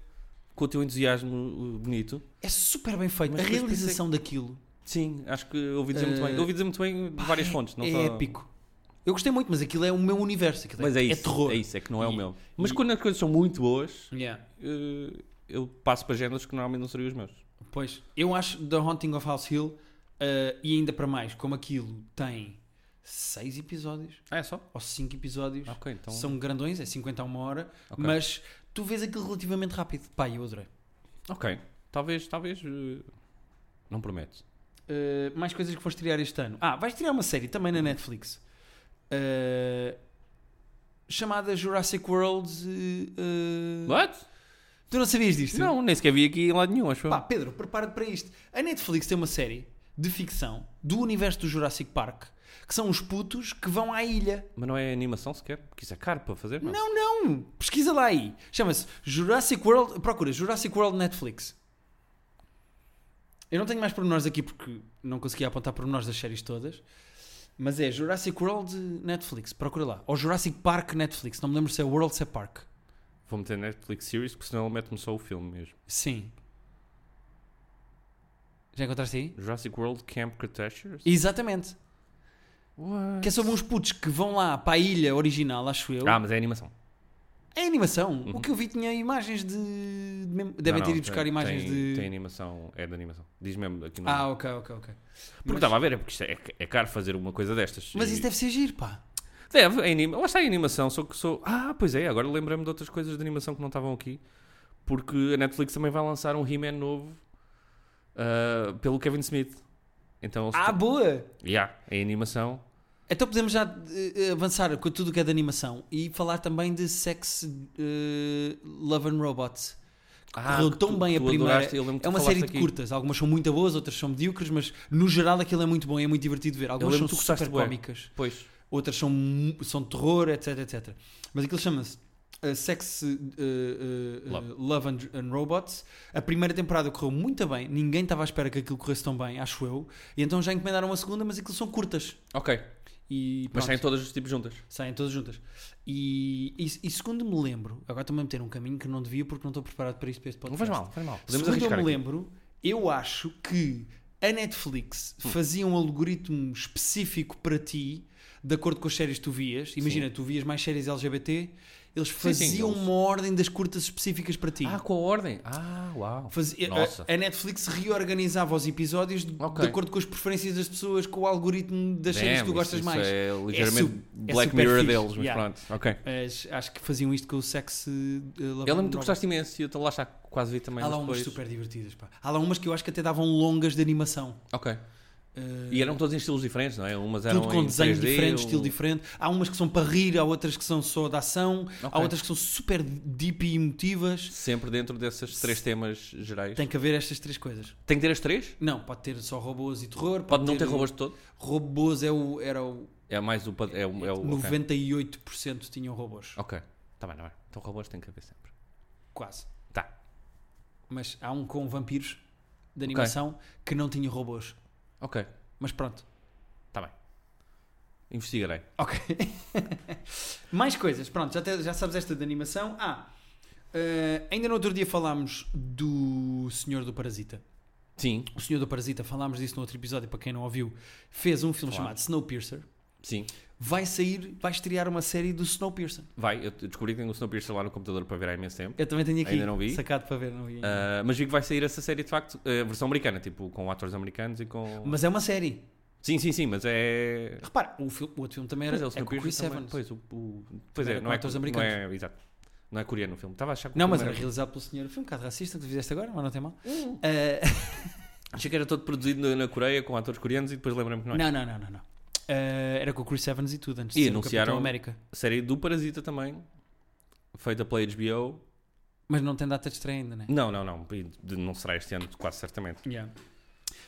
com o teu entusiasmo uh, bonito.
É super bem feito.
Mas
a
depois
realização daquilo
Sim, acho que ouvi dizer muito
Eh,
bem. Eu ouvi dizer muito bem de várias
é,
fontes. Não
é
só-
épico. Eu gostei muito, mas aquilo é o meu universo. Aquilo
Mas é isso.
É terror.
isso, é que não é o
E-
meu. Mas
e-
quando as coisas são muito boas,
Yeah.
eh, eu passo para géneros que normalmente não seriam os meus.
Pois, eu acho The Haunting of House Hill, eh, e ainda para mais, como aquilo tem seis episódios
Ah, é só?
ou cinco episódios,
Ok, então.
são grandões, é 50 a uma hora,
Ok.
mas tu vês aquilo relativamente rápido. Pá, eu adorei.
Ok. Talvez, talvez. eh, Não prometo.
Eh, mais coisas que vou estrear este ano. Ah, vais tirar uma série também
Uhum.
na Netflix. Eh, chamada Jurassic World. eh, eh,
What?
tu não sabias disto?
Não, nem sequer vi aqui em lado nenhum, acho eu.
Pá, Pedro, prepara-te para isto. A Netflix tem uma série de ficção do universo do Jurassic Park que são os putos que vão à ilha.
Mas não é animação sequer, porque isso é caro para fazer, não?
Não, não! Pesquisa lá aí. Chama-se Jurassic World. Procura Jurassic World Netflix. Eu não tenho mais pormenores aqui porque não conseguia apontar pormenores das séries todas. Mas é Jurassic World Netflix. Procura lá. Ou Jurassic Park Netflix. Não me lembro se é World se é Park.
Vou meter Netflix Series, porque senão ele mete-me só o filme mesmo.
Sim. Já encontraste aí?
Jurassic World Camp Cretaceous?
Exatamente.
What?
Que é sobre uns putos que vão lá para a ilha original, acho eu.
Ah, mas é animação.
É animação. O que eu vi tinha imagens de. de mem- Devem
Não,
ter
não,
ido buscar
tem-
imagens
tem,
de.
Tem animação, é de animação. Diz mesmo aqui no.
Ah, ok, ok, ok.
porque
mas-
estava a ver, é porque isto é, é caro fazer uma coisa destas.
Mas é-
E-
isso deve ser giro, pá.
Deve, é anima... lá está em animação, só que sou. Ah, pois é, agora lembrei-me de outras coisas de animação que não estavam aqui, porque a Netflix também vai lançar um He-Man novo ah, pelo Kevin Smith. Então, eles-
Ah, boa!
yeah, em animação.
Então podemos já eh, avançar com tudo o que é de animação e falar também de Sex eh, Love and Robots.
Ah,
Correu
que
tão
tu-
bem a
tu
primeira.
adoraste, eu lembro que
É
tu
uma série de
Então falaste aqui.
curtas. Algumas são muito boas, outras são medíocres, mas no geral aquilo é muito bom e é muito divertido de ver. Algumas são
lembro que tu gostaste
super
bué.
cómicas.
Pois.
outras são, mu- são de terror, etc, etc. Mas aquilo chama-se uh, Sex uh, uh, uh,
Love.
Love and, and Robots. A primeira temporada correu muito bem, ninguém estava à espera que aquilo corresse tão bem, acho eu. E então já encomendaram a segunda, mas aquilo são curtas.
Ok.
E
Mas
pronto,
saem todas os tipos juntas.
saem todas juntas. E, e, e segundo me lembro, agora estou-me a meter um caminho que não devia porque não estou preparado para isto, para este
Não
podcast.
faz mal, faz mal. Podemos
Segundo eu
arriscar.
me
aqui.
lembro, eu acho que a Netflix
Hum.
fazia um algoritmo específico para ti, de acordo com as séries que tu vias. Imagina, tu vias mais séries LGBT Eles
Sim, sim,
faziam
eles-
uma ordem das curtas específicas para ti.
Ah, com a ordem? Ah, uau.
Fazia-
Nossa.
a, a Netflix reorganizava os episódios de,
Ok.
de acordo com as preferências das pessoas, com o algoritmo das séries que tu
Damn,
gostas
isso-
mais.
Isso é ligeiramente
su- é
Black
super
Mirror
fixe.
deles, mas
Yeah.
pronto. é Ok.
Mas acho que faziam isto com o eh, sexo.
Eu lembro que tu gostaste imenso e eu lá já quase vi também.
Há lá
mas
umas
depois-
super divertidas. Pá. Há lá umas que eu acho que até davam longas de animação.
Ok.
Eh,
E eram todos em estilos diferentes, não é? Umas eram
tudo com
em
desenho
3D,
diferente,
um-
estilo diferente. Há umas que são para rir, há outras que são só de ação, há
Ok.
outras que são super deep e emotivas.
Sempre dentro desses três temas gerais. Tem,
Tem que haver estas três coisas.
que ter as três?
Não, pode ter só robôs e terror.
Pode não ter robôs de todo?
Robôs é o, era o.
É mais o... pad- É o, é o ok.
98% tinham robôs.
Ok. Tá bem, tá bem. Então robôs tem que haver sempre.
Quase.
Tá.
Mas há um com vampiros
Ok.
de animação que não tinha robôs.
Ok.
Mas pronto.
Tá bem. Investigarei.
Ok. Mais coisas. Pronto, já, te- já sabes esta de animação. Ah, eh, ainda no outro dia falámos do Senhor do Parasita.
Sim.
O Senhor do Parasita, falámos disso no outro episódio, para quem não ouviu, fez um filme
Falámos.
chamado Snowpiercer.
Sim.
Vai sair, vai estrear uma série do Snowpiercer.
Vai. Eu descobri que tenho o Snowpiercer lá no computador para ver há imenso tempo.
Eu também tenho aqui
Ainda não vi.
sacado para ver, não vi.
Ah, mas vi que vai sair essa série de facto, a versão americana, tipo, com atores americanos e com.
Mas é uma série.
Sim, sim, sim, mas é.
Repara, o, fil- o outro filme também era
Pois é, o
é com o
Snowpiercer
Chris
também.
Evans.
Pois, o, o- pois
Também
é,
era com
não é,
atores
não
americanos.
é- exato. Não é coreano o filme. Estava a achar que o
Não,
filme
mas era
era...
realizado pelo senhor. Foi um bocado racista que tu fizeste agora, mas não tem mal.
Hum.
Eh,
Achei que era todo produzido na, na Coreia com atores coreanos e depois lembrei-me que não é.
não, não, não, não. não. Eh, era com o Chris Evans e tudo antes de
E
ser
anunciaram-
o Capitão América.
Série do Parasita também, feita pela HBO.
Mas não tem data de estreia ainda, né?
Não, não, não. e de- Não será este ano, quase certamente.
Yeah.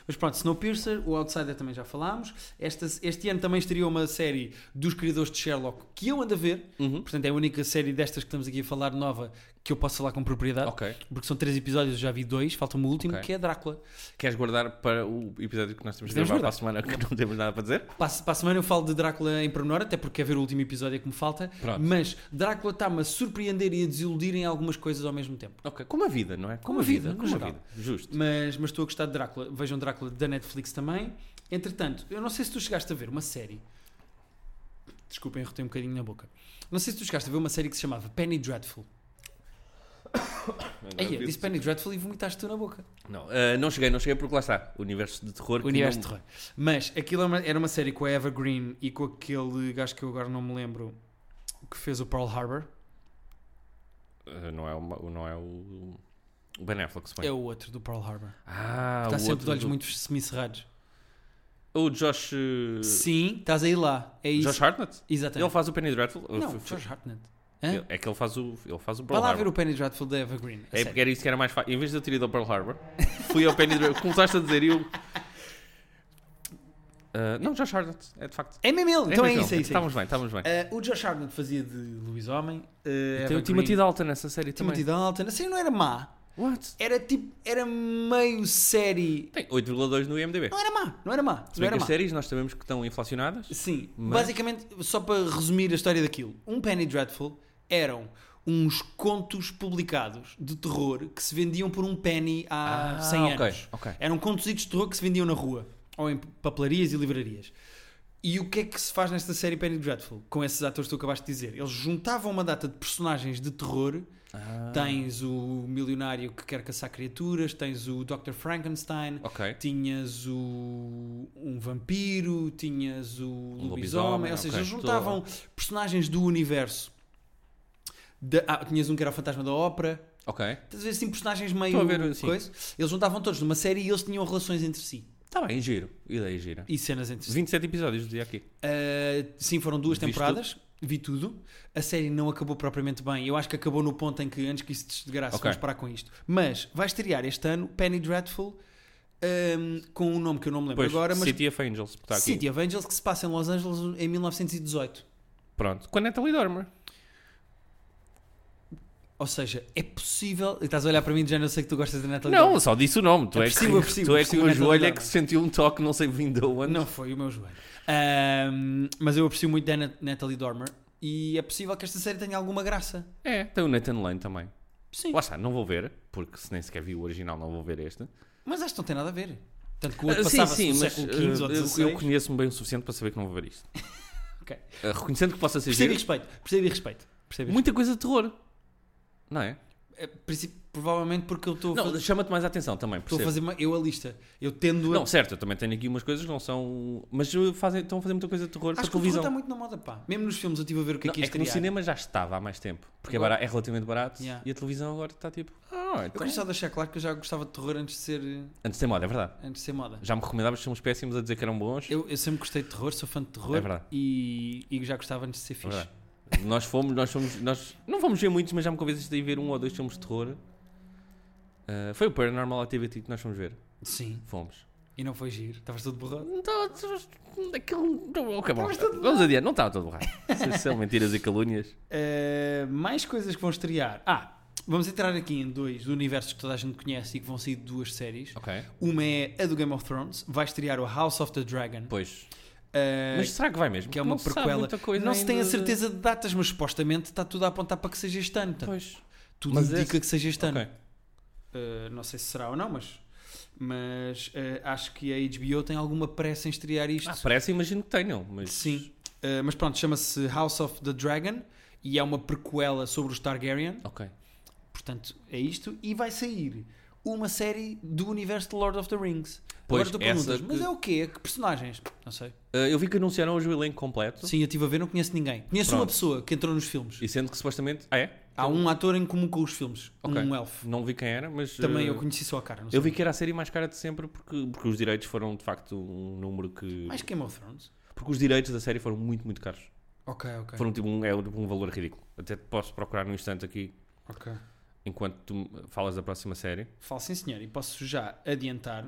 Mas pronto, Snowpiercer, o Outsider também já falámos. Esta, este ano também estreou uma série dos criadores de Sherlock que eu ando a ver.
Uhum.
Portanto, é a única série destas que estamos aqui a falar nova que eu posso falar com propriedade.
Ok.
Porque são três episódios, eu já vi dois, falta-me o último,
Ok.
que é Drácula.
Queres guardar para o episódio que nós temos de gravar
Podemos
para a
guardar.
semana que não temos nada para dizer?
Para a, para a semana eu falo de Drácula em pormenor, até porque é ver o último episódio é que me falta.
Pronto.
Mas Drácula está-me a surpreender e a desiludir em algumas coisas ao mesmo tempo.
Ok. Como a vida, não é? Como,
Como a vida,
Como a
no geral.
vida. Justo.
Mas, mas estou a gostar de Drácula. Vejam Drácula da Netflix também. Entretanto, eu não sei se tu chegaste a ver uma série. Desculpem, rotei um bocadinho na boca. Não sei se tu chegaste a ver uma série que se chamava Penny Dreadful. Aí, eu disse Penny Dreadful e vomitaste tu na boca.
Não, ah, não cheguei, não cheguei porque lá está. O universo de terror.
O universo de terror. Mas aquilo era uma- era uma série com a Eva Green e com aquele gajo que eu agora não me lembro que fez o Pearl Harbor.
terror. não, é o, não é o. O Ben Affleck, se bem.
É o outro do Pearl Harbor.
Ah,
Está
o
Tá sempre
outro
de olhos
do-
muito semicerrados.
O Josh. eh,
Sim, estás aí lá. É isso.
Josh Hartnett?
Exatamente.
Ele faz o Penny Dreadful?
Não,
F-
Josh Hartnett. Hã?
ele- É que ele faz o. Ele faz o
Vai
Pearl
lá
Harbor.
ver o Penny Dreadful da Eva Green. a
É
sério.
porque era isso que era mais fácil. Em vez de eu ter ido ao Pearl Harbor, fui ao Penny Dreadful. Começaste a dizer e eu. Ah, não, Josh Hartnett, é de facto.
É mesmo ele, então é,
mesmo
isso, é
ele.
isso. é
Estamos bem, estamos bem.
isso. Ah, o Josh Hartnett fazia de Luís Homem. Uh,
Tem o Timothy Dalton nessa série
Timothy
também.
Dalton. A série não era má.
What?
Era tipo, era meio série.
Tem 8,2 no IMDb.
Não era má, não era má.
Se
Não
bem que
era
as
má.
séries nós sabemos que estão inflacionadas.
Sim,
Mas-
basicamente, só para resumir a história daquilo, um Penny Dreadful eram uns contos publicados de terror que se vendiam por um penny há
Ah,
100
ok,
anos.
ok.
Eram contositos de terror que se vendiam na rua, ou em papelarias e livrarias. E o que é que se faz nesta série Penny Dreadful? Com esses atores que tu acabaste de dizer. Eles juntavam uma data de personagens de terror.
Ah.
Tens o milionário que quer caçar criaturas, tens o Dr. Frankenstein,
Ok.
tinhas o um vampiro, tinhas o lobisomem,
Um lobisomem,
ou seja,
ok.
eles juntavam personagens do universo. Da- ah, tinhas um que era o fantasma da ópera.
Ok.
Estás a ver assim personagens
Estou
meio
a ver, sim.
coisa? Eles juntavam todos numa série e eles tinham relações entre si
Está Tá bem, giro. Ideia gira.
e cenas entre si.
27 episódios, dizia aqui.
Uh, sim, foram duas
Viste
temporadas, vi tudo. A série não acabou propriamente bem. Eu acho que acabou no ponto em que, antes que isso desgraça,
Ok.
vamos parar com isto. Mas vai estrear este ano Penny Dreadful um, com um nome que eu não me lembro
Pois,
agora, mas
City of Angels. Está aqui.
City of Angels que se passa em Los Angeles em 1918.
Pronto. Com a Natalie Dormer.
Ou seja, é possível. e Estás a olhar para mim de género, eu sei que tu gostas da Natalie
não,
Dormer.
só disse o nome. Tu é,
Aprecio,
que,
aprecio,
tu é que
aprecio
o meu
a Natalie
joelho é
Dormer.
que sentiu um toque, não sei vindo de onde.
Não foi o meu joelho. Um, mas eu aprecio muito da Nat- Natalie Dormer e é possível que esta série tenha alguma graça.
É, tem o Nathan Lane também.
Sim.
Lá está, não vou ver, porque se nem sequer vi o original, não vou ver este.
Mas acho que não tem nada a ver. Tanto que o outro
Ah,
passava no século
ah,
XV ou
eu-
XVI.
eu conheço-me bem o suficiente para saber que não vou ver isto.
Ok.
Ah, reconhecendo que possa ser
Percebo e
giro,
respeito. Percebo e respeito. Percebes?
Muita coisa de terror. Não é?
É, princi- provavelmente porque eu estou a
Não,
fazer,
chama-te mais a atenção também,
estou a
percebo.
fazer uma- eu a lista. Eu tendo a.
Não, certo, eu também tenho aqui umas coisas que não são. Mas uh, fazem, estão a fazer muita coisa de terror para
Acho que o
televisão.
terror está muito na moda, pá. Mesmo nos filmes eu estive a ver o que
Não,
é que ia
é que no
estrear.
cinema já estava há mais tempo, porque
Agora-
agora é relativamente barato
Yeah.
e a televisão agora está tipo. Ah,
Eu
então...
queria só deixar claro que eu já gostava de terror antes de ser,
Antes de ter moda, é verdade.
antes de ser moda.
Já me recomendavas filmes péssimos a dizer que eram bons.
Eu, eu sempre gostei de terror, sou fã de terror
É verdade.
e, e já gostava antes de ser
É
fixe.
verdade. nós fomos, nós fomos, nós não fomos ver muitos, mas já me convenceste de ir ver um ou dois filmes de terror. Ah, foi o Paranormal Activity que nós fomos ver.
Sim.
Fomos.
E não foi giro. Estavas todo borrado.
Então, aquilo. Ok, bom. Vamos adiante, não estava todo borrado. Se são mentiras e calúnias.
Eh, mais coisas que vão estrear. Ah, vamos entrar aqui em dois universos que toda a gente conhece e que vão sair duas séries.
Ok.
Uma é a do Game of Thrones, vai estrear o House of the Dragon.
Pois.
eh,
Mas será que vai mesmo?
que é uma
Não se sabe
prequela.
muita coisa
não se tem a
ainda de-
certeza de datas, mas supostamente está tudo a apontar para que seja este ano. Portanto,
Pois.
tudo
Mas
indica
esse-
que seja este
Ok.
ano. Uh, não sei se será ou não, mas, mas uh, acho que a HBO tem alguma pressa em estrear isto.
Ah, parece, imagino que tenham. Mas...
Sim. Uh, mas pronto, chama-se House of the Dragon e é uma prequela sobre os Targaryen.
Ok. Ah,
Portanto, é isto. E vai sair uma série do universo de Lord of the Rings.
Pois,
Agora tu
essa
perguntas, mas
que-
é o quê? Que personagens? Não sei.
Ah, eu vi que anunciaram hoje o elenco completo.
Sim, eu estive a ver, não conheço ninguém. Conheço uma
Então. Pronto. Então.
pessoa que entrou nos filmes.
E sendo que supostamente. Ah, é?
Há um ator em comum com os filmes,
Ok.
um elfo.
Não vi quem era, mas.
Também
ah,
eu conheci só a cara, não sei.
Eu vi que era a série mais cara de sempre porque, porque os direitos foram de facto um número que.
Mais Game of Thrones.
Porque os direitos da série foram muito, muito caros.
Ok, ok.
Foram tipo um, é um valor ridículo. Até te posso procurar num instante aqui
Ok.
enquanto tu falas da próxima série.
Falo sim, senhor, e posso já adiantar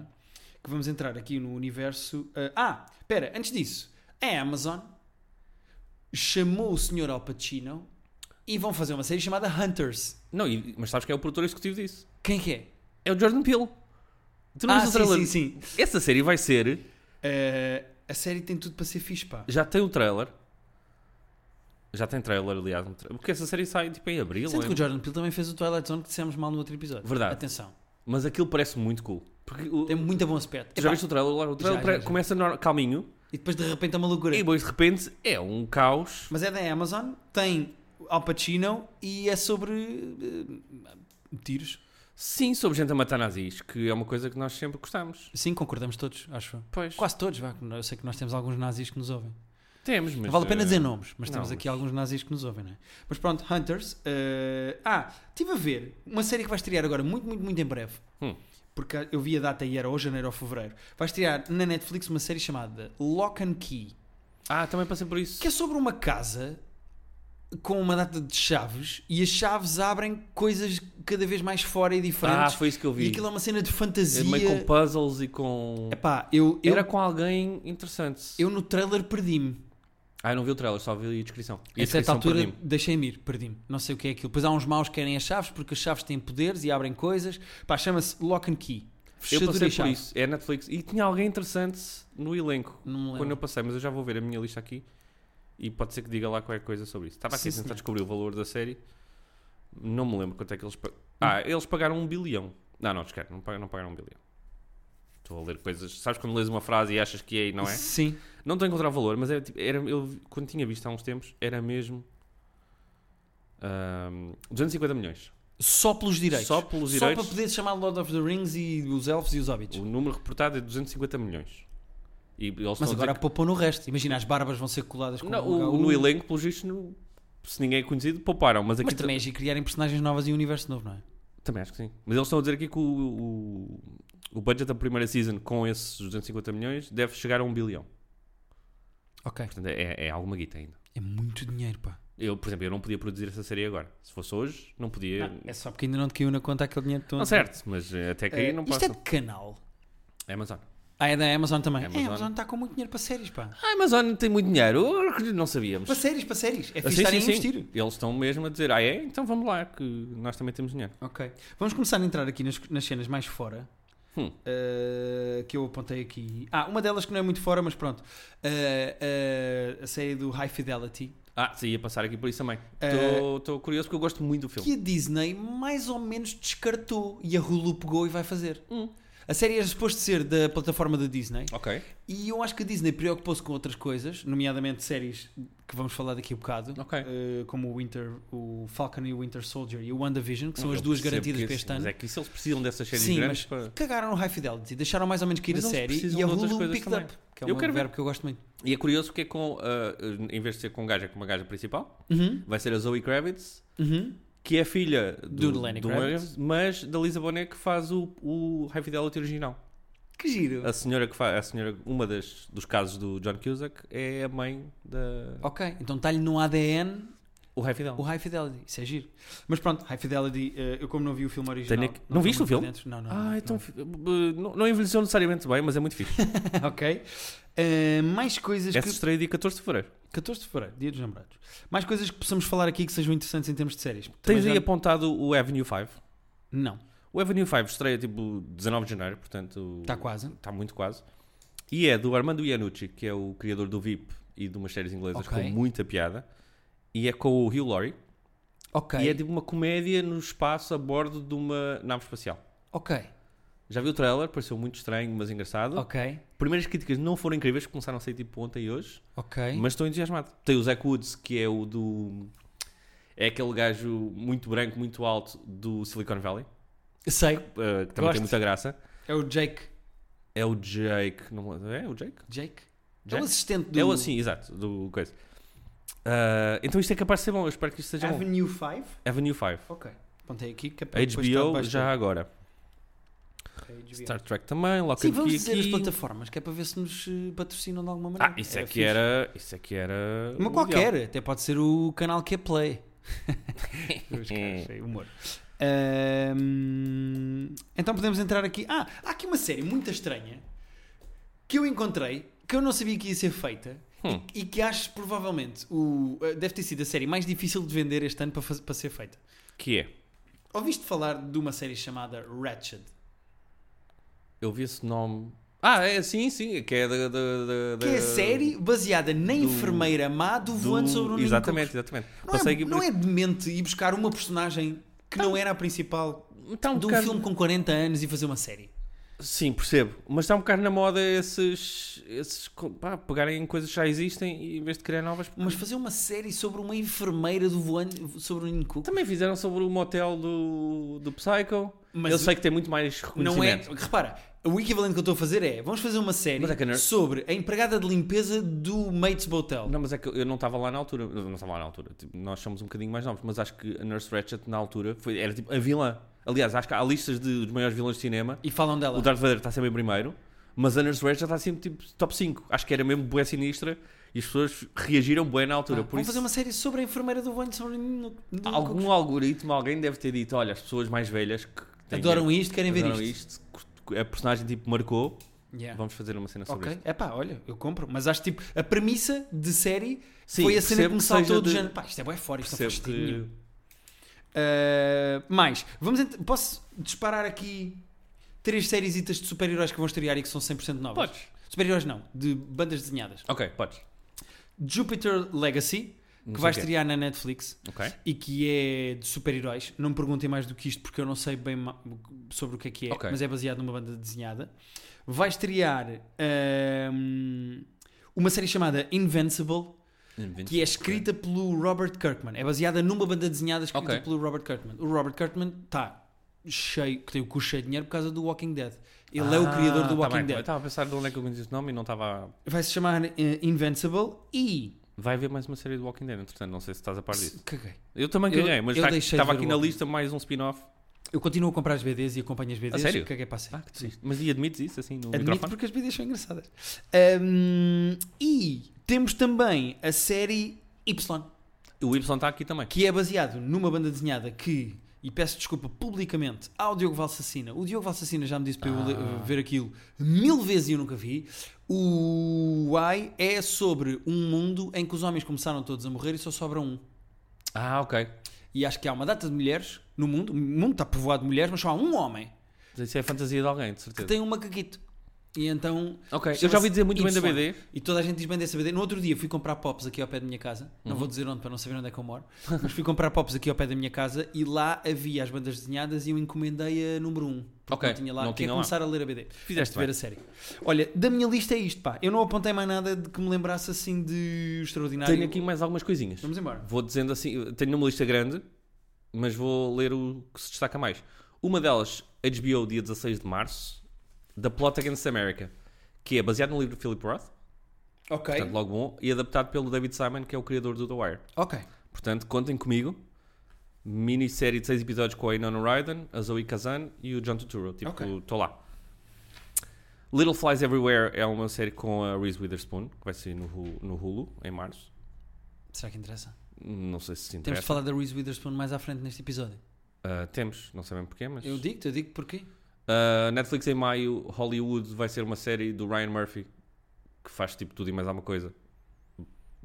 que vamos entrar aqui no universo. ah, ah, espera, antes disso, a Amazon chamou o senhor Al Pacino e vão fazer uma série chamada Hunters.
Não, e- mas sabes quem é o produtor executivo disso?
Quem que é?
É o Jordan Peele. Tu não
ah,
viste o
sim,
trailer?
sim, sim.
Essa série vai ser.
Uh, a série tem tudo para ser fixe, pá.
Já tem o trailer. Já tem trailer, aliás. um tra- Porque essa série sai tipo em abril.
Sendo
em-
que o Jordan Peele também fez o Twilight Zone que dissemos mal no outro episódio.
Verdade.
Atenção.
Mas aquilo parece muito cool. Porque o-
Tem muito bom aspecto.
Tu já
Epá,
viste o trailer? Laura? O trailer
Já,
pre-
já, já.
começa no... calminho
E depois de repente é uma loucura.
e depois de repente é um caos.
Mas é da Amazon, tem Al Pacino e é sobre eh, tiros.
Sim, sobre gente a matar nazis, que é uma coisa que nós sempre gostámos.
Sim, concordamos todos, acho. eu.
Pois.
Quase todos, vá. Eu sei que nós temos alguns nazis que nos ouvem.
Temos, mas.
Não vale a pena
eh,
dizer nomes, mas
não,
temos aqui
mas-
alguns nazis que nos ouvem, não é? Mas pronto, Hunters. eh, ah, estive a ver uma série que vai estrear agora, muito, muito, muito em breve.
Hum.
Porque eu vi a data e era ou janeiro ou fevereiro. Vai estrear na Netflix uma série chamada Lock and Key,
Ah, também passei por isso.
que é sobre uma casa com uma data de chaves e as chaves abrem coisas cada vez mais fora e
Ah,
diferentes.
foi isso que eu vi.
e aquilo é uma cena de
É
fantasia.
meio com puzzles e com.
Epá, eu, eu,
Era com alguém interessante.
eu no trailer perdi-me.
Ah, eu não vi o trailer, só vi a descrição. E
A certa
descrição
altura
perdi-me.
deixei-me ir, perdi-me. Não sei o que é aquilo. Depois há uns maus que querem as chaves porque as chaves têm poderes e abrem coisas. Pá, chama-se Lock and Key.
Eu
Fechadura
passei
e
por
chave.
isso. É Netflix. E tinha alguém interessante no elenco.
Não me lembro.
Quando eu passei, mas eu já vou ver a minha lista aqui e pode ser que diga lá qualquer coisa sobre isso. Estava aqui
Sim,
a tentar
senhor.
descobrir o valor da série. Não me lembro quanto é que eles
Hum.
pagaram. Ah, eles pagaram um bilhão. Não, não, esquece, não pagaram, não pagaram um bilhão. Estou a ler coisas. Sabes quando lês uma frase e achas que é e não é?
Sim.
Não estou a encontrar valor, mas era, tipo, era, eu vi- quando tinha visto há uns tempos, era mesmo. ahm, 250 milhões.
Só pelos direitos.
Só pelos
Só
direitos.
para poderes chamar Lord of the Rings e os elfos e os hobbits.
O número reportado é 250 milhões. E eles estão
Mas
a dizer
agora um- poupam no resto. Imagina, as barbas vão ser coladas com
Não,
o,
o- no elenco, pelo visto, no- se ninguém é conhecido, pouparam. Mas aqui
Mas também é giro criarem personagens novas e um universo novo, não é?
ta- também acho que sim. Mas eles estão a dizer aqui que o, o, o budget da primeira season com esses 250 milhões deve chegar a 1 bilhão.
Ok.
Portanto, é, é alguma guita ainda.
É muito dinheiro, pá.
Eu, por exemplo, eu não podia produzir essa série agora. Se fosse hoje, não podia.
Não, é só porque ainda não te caiu na conta aquele dinheiro todo.
Não, certo, mas eh, até que aí não
isto
passa.
é de canal.
Amazon.
Ah, é da Amazon também.
Amazon.
É, A Amazon está com muito dinheiro para séries, pá.
A Amazon tem muito dinheiro. Não sabíamos.
Para séries, para séries. É
Ah,
fixe
sim,
estarem
sim,
a
sim.
investir.
Eles estão mesmo a dizer, ah é? Então vamos lá, que nós também temos dinheiro.
Ok. Vamos começar a entrar aqui nas, nas cenas mais fora.
Hum.
eh, que eu apontei aqui. Ah, uma delas que não é muito fora, mas pronto. Eh, eh, a série do High Fidelity.
Ah, sim, ia passar aqui por isso também.
Eh,
Estou curioso porque eu gosto muito do filme.
Que a Disney mais ou menos descartou. E a Hulu pegou e vai fazer.
Hum.
A série era suposto ser da plataforma da Disney
Ok,
e eu acho que a Disney preocupou-se com outras coisas, nomeadamente séries que vamos falar daqui a bocado,
Ok.
eh, como o, Winter, o Falcon e o Winter Soldier e o WandaVision, que são as duas garantidas para este ano.
Mas é Hum, que isso eles precisam dessas séries
Sim,
grandes
mas
para...
cagaram no High Fidelity, deixaram mais ou menos cair
Mas
a
eles
série
precisam
e a
de outras
Hulu
coisas
picked
também.
up, que é
Eu
um
quero ver.
verbo que eu gosto muito.
E é curioso porque é com, ah, em vez de ser com um gajo, é com uma gaja principal,
Uhum,
vai ser a Zoe Kravitz,
uhum.
que é filha do,
Do Lenny
do
Kravitz.
mas da Lisa Bonet que faz o, o High Fidelity original.
Que giro.
A senhora que faz, a senhora, uma das, dos casos do John Cusack é a mãe da...
Ok, então está-lhe no ADN
O High Fidelity.
o High Fidelity, isso é giro. Mas pronto, High Fidelity, eh, eu como não vi o filme original...
Tenho que- Não
estou
viste o
muito por
filme?
dentro. Não, não. não,
Ah, então fi- eh, não, não envelheceu necessariamente bem, mas é muito fixe.
não. ok. Eh, mais coisas
Essa
que...
estreia dia 14 de fevereiro.
14 de fevereiro, dia dos namorados. Mais coisas que possamos falar aqui que sejam interessantes em termos de séries. Também
Tens
já-
aí apontado o Avenue 5.
Não,
O Avenue 5 estreia tipo 19 de janeiro, portanto.
está tá quase.
Está Tá muito quase. E é do Armando Iannucci, que é o criador do VIP e de umas séries inglesas
Ok.
com muita piada. E é com o Hugh Laurie.
Ok,
E é tipo uma comédia no espaço a bordo de uma nave espacial.
ok,
Já vi o trailer, pareceu muito estranho, mas engraçado.
ok,
Primeiras críticas não foram incríveis, começaram a sair tipo ontem e hoje.
ok.
Mas estou entusiasmado. Tem o Zach Woods, que é o do. É aquele gajo muito branco, muito alto do Silicon Valley,
Sei,
eh, que também
Gosto.
tem muita graça.
é o Jake.
É o Jake. Não, me lembro- é o Jake?
Jake? É
Jake?
o assistente do
É o assim, exato, do coisa. Ah, então isto é capaz de ser bom, eu espero que isto seja bom.
Avenue 5?
Avenue 5.
Ok. Apontei aqui que é para depois estar
HBO
debaixo
já agora.
do- HBO.
Star Trek também, Lock
Sim,
and
vamos
Key
dizer as
aqui.
plataformas, que é para ver se nos eh, patrocinam de alguma maneira.
Ah, isso é, que
né? fixe.
era. Isso é que era.
Uma
mundial.
qualquer, até pode ser o canal que é Play. Os caras, é humor. Ahm, então podemos entrar aqui. Ah, há aqui uma série muito estranha que eu encontrei, que eu não sabia que ia ser feita
Hum.
e que acho provavelmente o, eh, deve ter sido a série mais difícil de vender este ano para, faz- para ser feita.
Que é?
Ouviste falar de uma série chamada Ratched?
Eu vi esse nome. Ah, é, sim, sim. Que é da. da, da-
Que é
da-
a série baseada na
Eh, do-
enfermeira má do, voando sobre um ninho
Exatamente, exatamente.
Não, é,
aqui por-
não é demente ir buscar uma personagem que não era a principal
Tá um
de um
bocado-
filme com 40 anos e fazer uma série.
Sim, percebo. Mas está um bocado na moda esses. esses co- pá, pegarem coisas que já existem e em vez de criar novas.
Mas fazer uma série sobre uma enfermeira do voando sobre o Ninho Cook
Também fizeram sobre o motel do, do Psycho.
Mas
eu
o-
sei que tem muito mais
não é.
reconhecimento.
Repara, o equivalente que eu estou a fazer é: vamos fazer uma série
Mas é que não-
sobre a empregada de limpeza do Mates Motel.
Não, mas é que eu não estava lá na altura. Eu Não estava lá na altura. Tipo, nós somos um bocadinho mais novos, mas acho que a Nurse Ratched na altura foi, era tipo a vilã. Aliás, acho que há listas de, dos maiores vilões de cinema.
E falam dela.
O Darth Vader está sempre em primeiro, mas a Nurse Ratched está sempre tipo top 5. Acho que era mesmo bué sinistra e as pessoas reagiram bué na
Ah,
altura. por
vamos
isso,
fazer uma série sobre a enfermeira do voando sobre o Ninho do Ninho
algum
Cook.
algoritmo, alguém deve ter dito: olha, as pessoas mais velhas que têm-
Adoram isto, querem ver
adoram
isto. É.
isto. A personagem tipo marcou,
Yeah.
vamos fazer uma cena sobre
Ok,
isto.
é pá, olha, eu compro. Mas acho tipo, a premissa de série
Sim,
foi a cena que
percebo
me
que
saltou
seja
do
de-
género. Pá, isto é bem fora, isto não faz
Percebo
sentido nenhum.
que.
Uh, mais, vamos ent- posso disparar aqui três séries de super-heróis que vão estrear e que são 100% novas?
Podes.
Super-heróis não, de bandas desenhadas.
Ok, podes.
Jupiter Legacy,
Não
que
sei
vai
o quê.
estrear na Netflix
Ok.
e que é de super-heróis. Não me perguntem mais do que isto porque eu não sei bem ma- sobre o que é que é,
Ok.
mas é baseado numa banda desenhada. Vai estrear um, uma série chamada Invincible, que é escrita pelo Robert Kirkman. É baseada numa banda desenhada escrita
Ok.
pelo Robert Kirkman. O Robert Kirkman está cheio, que tem o cu cheio de dinheiro por causa do Walking Dead. Ele é
Ah,
o criador
tá
do Walking Dead.
estava a pensar de onde é que eu conheci esse nome e não estava.
Vai se chamar eh, Invincible e.
Vai haver mais uma série do Walking Dead, entretanto, não sei se estás a par disso.
Caguei.
Eu também
Eu-
caguei, mas
eu
tá-
deixei de
estava
ver
aqui
o
na
Walking
lista mais um spin-off.
Eu continuo a comprar as BDs e acompanho as BDs.
sério?
Caguei para a série.
Ah, que triste. Mas e admites isso assim no
Admito
microfone?
porque as BDs são engraçadas. Ahm, e temos também a série Y.
O Y está aqui também.
que é baseado numa banda desenhada que, e peço desculpa publicamente ao Diogo Valsassina, o Diogo Valsassina já me disse para eu le-
Ah.
ver aquilo mil vezes e eu nunca vi. O Y é sobre um mundo em que os homens começaram todos a morrer e só sobra um.
Ah, ok.
E acho que há uma data de mulheres no mundo, o mundo está povoado de mulheres, mas só há um homem
Mas Isso é a fantasia de alguém, de
que
certeza.
tem um macaquito. E então.
Ok, eu
Chama-se
já ouvi dizer muito bem da
Y.
BD.
E toda a gente diz bem dessa BD. No outro dia fui comprar pops aqui ao pé da minha casa. Não
Uhum.
vou dizer onde para não saber onde é que eu moro. Mas fui comprar pops aqui ao pé da minha casa e lá havia as bandas desenhadas e eu encomendei a número 1. Porque
Ok,
não tinha lá.
não
que é
tinha lá.
começar a ler a BD.
Fizeste
ver
bem.
a série. Olha, da minha lista é isto, pá. Eu não apontei mais nada de que me lembrasse assim de extraordinário.
Tenho aqui mais algumas coisinhas.
Vamos embora.
Vou dizendo assim, eu tenho uma lista grande, mas vou ler o que se destaca mais. Uma delas, HBO, dia 16 de março, The Plot Against America, que é baseado no livro de Philip Roth,
Ok.
portanto, logo bom, e adaptado pelo David Simon, que é o criador do The Wire.
Ok.
Portanto, contem comigo. Minissérie de 6 episódios com a Inona Ryden, a Zoe Kazan e o John Turturro. Tipo, estou
Ok.
lá. Little Flies Everywhere é uma série com a Reese Witherspoon, que vai sair no, Hu- no Hulu em março.
Será que interessa?
Não sei se se
Temos
interessa.
de falar da Reese Witherspoon mais à frente neste episódio.
Ah, temos, não sabemos porquê, mas.
Eu digo-te, eu digo porquê.
Ah, Netflix em maio, Hollywood vai ser uma série do Ryan Murphy que faz tipo tudo e mais alguma coisa.